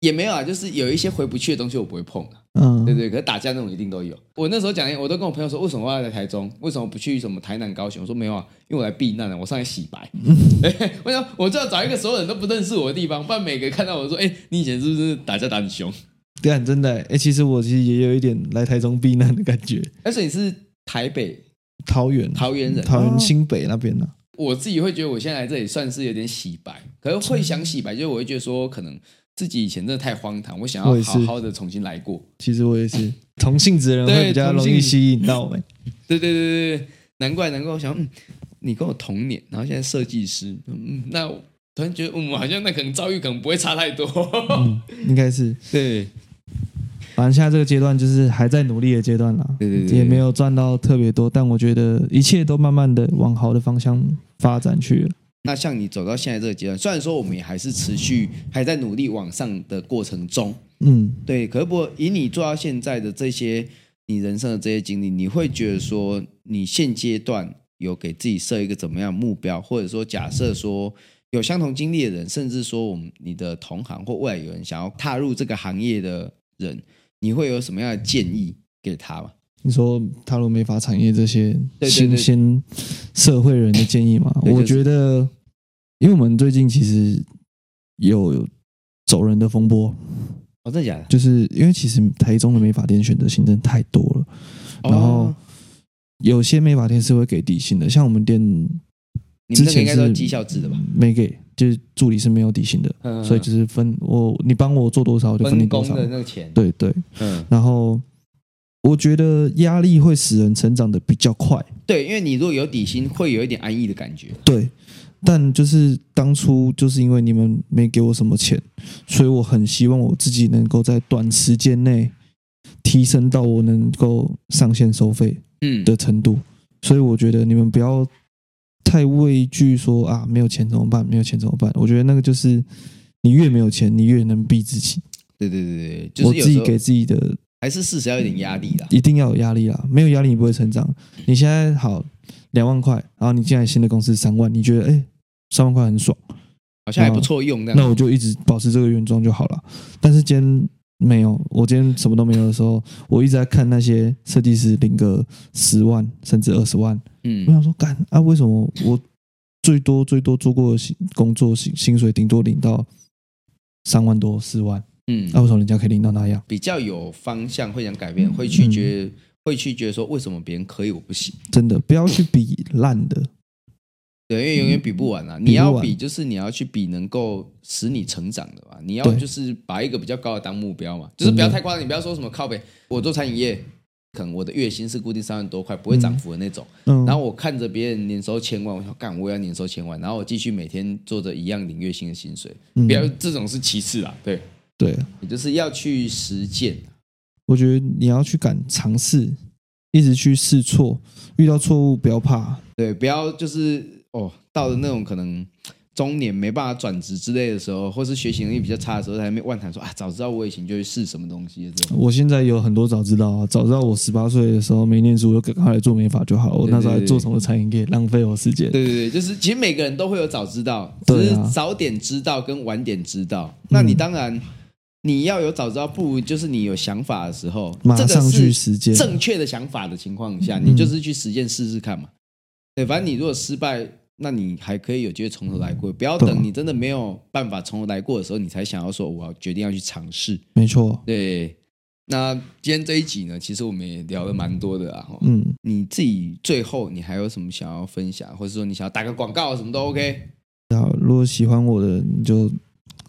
[SPEAKER 2] 也没有啊，就是有一些回不去的东西我不会碰啊。
[SPEAKER 1] 嗯，
[SPEAKER 2] 对对，可是打架那种一定都有。我那时候讲，我都跟我朋友说，为什么我要来台中？为什么不去什么台南、高雄？我说没有啊，因为我来避难了，我上来洗白。 对我想我就要找一个所有人都不认识我的地方，不然每个看到我说，哎、你以前是不是打架打很凶？
[SPEAKER 1] 对啊，真的欸，哎、其实我其实也有一点来台中避难的感觉，
[SPEAKER 2] 而且你是台北
[SPEAKER 1] 桃园，
[SPEAKER 2] 桃园人，
[SPEAKER 1] 桃园
[SPEAKER 2] 哦
[SPEAKER 1] 新北那边呢、啊
[SPEAKER 2] 我自己会觉得我现在来这里算是有点洗白，可是会想洗白，就是我会觉得说，可能自己以前真的太荒唐，我想
[SPEAKER 1] 我
[SPEAKER 2] 要
[SPEAKER 1] 也是
[SPEAKER 2] 好好的重新来过。
[SPEAKER 1] 其实我也是同性质的人会
[SPEAKER 2] 哦对
[SPEAKER 1] 比较
[SPEAKER 2] 同
[SPEAKER 1] 容
[SPEAKER 2] 性
[SPEAKER 1] 易吸引到我欸们。
[SPEAKER 2] 对对对对对，难怪难怪，我想，嗯，你跟我同年，然后现在设计师，嗯，那我突然觉得，嗯，好像那可能遭遇可能不会差太多。
[SPEAKER 1] 嗯，应该是，
[SPEAKER 2] 对
[SPEAKER 1] 反正现在这个阶段就是还在努力的阶段啦，
[SPEAKER 2] 对对对
[SPEAKER 1] 也没有赚到特别多，但我觉得一切都慢慢的往好的方向发展去了。
[SPEAKER 2] 那像你走到现在这个阶段，虽然说我们也还是持续还在努力往上的过程中，
[SPEAKER 1] 嗯，
[SPEAKER 2] 对，可是不过以你做到现在的这些你人生的这些经历，你会觉得说，你现阶段有给自己设一个怎么样的目标，或者说假设说有相同经历的人，甚至说我们你的同行或未来有人想要踏入这个行业的人，你会有什么样的建议给他吗？
[SPEAKER 1] 你说踏入美发产业这些
[SPEAKER 2] 对对
[SPEAKER 1] 新
[SPEAKER 2] 对
[SPEAKER 1] 鲜社会人的建议嘛？
[SPEAKER 2] 对
[SPEAKER 1] 我
[SPEAKER 2] 就是
[SPEAKER 1] 觉得，因为我们最近其实有走人的风波，
[SPEAKER 2] 哦，真的假的？
[SPEAKER 1] 就是因为其实台中的美发店选择性真的太多了，然后
[SPEAKER 2] 哦、
[SPEAKER 1] 有些美发店是会给底薪的，像我们店
[SPEAKER 2] 你们那
[SPEAKER 1] 之
[SPEAKER 2] 个
[SPEAKER 1] 前
[SPEAKER 2] 应该都是
[SPEAKER 1] 是
[SPEAKER 2] 绩效制的吧？
[SPEAKER 1] 没给，就是助理是没有底薪的，
[SPEAKER 2] 嗯，
[SPEAKER 1] 所以就是分我你帮我做多少我就分你
[SPEAKER 2] 分
[SPEAKER 1] 多
[SPEAKER 2] 工
[SPEAKER 1] 少。
[SPEAKER 2] 的那个钱，
[SPEAKER 1] 对对，
[SPEAKER 2] 嗯，
[SPEAKER 1] 然后我觉得压力会使人成长的比较快，
[SPEAKER 2] 对，因为你如果有底薪，会有一点安逸的感觉。
[SPEAKER 1] 对。但就是当初就是因为你们没给我什么钱，所以我很希望我自己能够在短时间内提升到我能够上线收费
[SPEAKER 2] 嗯，
[SPEAKER 1] 的程度。所以我觉得你们不要太畏惧说啊没有钱怎么办，没有钱怎么办？我觉得那个就是你越没有钱，你越能逼自己。
[SPEAKER 2] 对对对对，就是
[SPEAKER 1] 我
[SPEAKER 2] 有
[SPEAKER 1] 自
[SPEAKER 2] 时
[SPEAKER 1] 己
[SPEAKER 2] 候
[SPEAKER 1] 给自己的
[SPEAKER 2] 还是事实要有点压力啦。
[SPEAKER 1] 一定要有压力啦，没有压力你不会成长。你现在好两万块，然后你进来新的公司三万，你觉得哎三万块很爽，
[SPEAKER 2] 好像还不错用这
[SPEAKER 1] 那
[SPEAKER 2] 样。
[SPEAKER 1] 我就一直保持这个原装就好了。但是今天没有，我今天什么都没有的时候，我一直在看那些设计师领个十万甚至二十万，
[SPEAKER 2] 嗯
[SPEAKER 1] 我，想说，干啊，为什么我最多最多做过的薪工作薪薪水顶多领到三万多四万，
[SPEAKER 2] 嗯
[SPEAKER 1] 啊，为什么人家可以领到那样？
[SPEAKER 2] 比较有方向，会想改变，会
[SPEAKER 1] 嗯
[SPEAKER 2] 去觉得会去觉得说为什么别人可以我不行？
[SPEAKER 1] 真的不要去比烂的，
[SPEAKER 2] 对，因为永远比不完啊！
[SPEAKER 1] 嗯比
[SPEAKER 2] 你
[SPEAKER 1] 不
[SPEAKER 2] 要
[SPEAKER 1] 完
[SPEAKER 2] 比，就是你要去比能够使你成长的吧。你要
[SPEAKER 1] 对
[SPEAKER 2] 就是把一个比较高的当目标嘛，就是
[SPEAKER 1] 真
[SPEAKER 2] 不
[SPEAKER 1] 的
[SPEAKER 2] 要太夸张，你不要说什么靠北。我做餐饮业，可能我的月薪是固定三万多块，不会涨幅的那种。
[SPEAKER 1] 嗯，
[SPEAKER 2] 然后我看着别人年收千万，我想干，我也要年收千万。然后我继续每天做着一样领月薪的薪水，
[SPEAKER 1] 嗯
[SPEAKER 2] 不要这种是其次啊。对，
[SPEAKER 1] 对，
[SPEAKER 2] 你就是要去实践。
[SPEAKER 1] 我觉得你要去敢尝试，一直去试错，遇到错误不要怕，
[SPEAKER 2] 对，不要就是哦，到了那种可能中年没办法转职之类的时候，或是学习能力比较差的时候，在那边万谈说啊，早知道我以前就去试什么东西了这种。
[SPEAKER 1] 我现在有很多早知道啊，早知道我十八岁的时候没念书，我就赶快来做美发就好了。我那时候还做什么餐饮业，浪费我时间。
[SPEAKER 2] 对对对，就是其实每个人都会有早知道，只
[SPEAKER 1] 对
[SPEAKER 2] 是
[SPEAKER 1] 啊嗯
[SPEAKER 2] 早点知道跟晚点知道。那你当然你要有早知道，不如就是你有想法的时候，
[SPEAKER 1] 马
[SPEAKER 2] 这个
[SPEAKER 1] 上去
[SPEAKER 2] 是
[SPEAKER 1] 实践
[SPEAKER 2] 正确的想法的情况下，你就是去实践试试看嘛。对，反正你如果失败，那你还可以有机会从头来过。不要
[SPEAKER 1] 对啊
[SPEAKER 2] 等你真的没有办法从头来过的时候，你才想要说我要决定要去尝试。
[SPEAKER 1] 没错，
[SPEAKER 2] 对，那今天这一集呢，其实我们也聊了蛮多的啊。齁
[SPEAKER 1] 嗯，
[SPEAKER 2] 你自己最后你还有什么想要分享，或者说你想要打个广告什么都 OK。
[SPEAKER 1] 好，如果喜欢我的，你就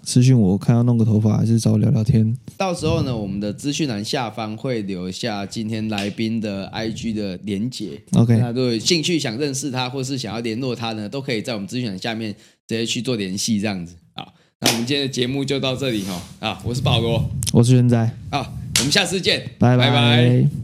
[SPEAKER 1] 私信我，看要弄个头发还是找我聊聊天。
[SPEAKER 2] 到时候呢，我们的资讯栏下方会留下今天来宾的 IG 的连结。
[SPEAKER 1] OK，
[SPEAKER 2] 那如果有兴趣想认识他，或是想要联络他呢，都可以在我们资讯栏下面直接去做联系，这样子啊。好那我们今天的节目就到这里哈、啊，我是保罗
[SPEAKER 1] 我是玄仔，
[SPEAKER 2] 啊，我们下次见，
[SPEAKER 1] 拜
[SPEAKER 2] 拜
[SPEAKER 1] 拜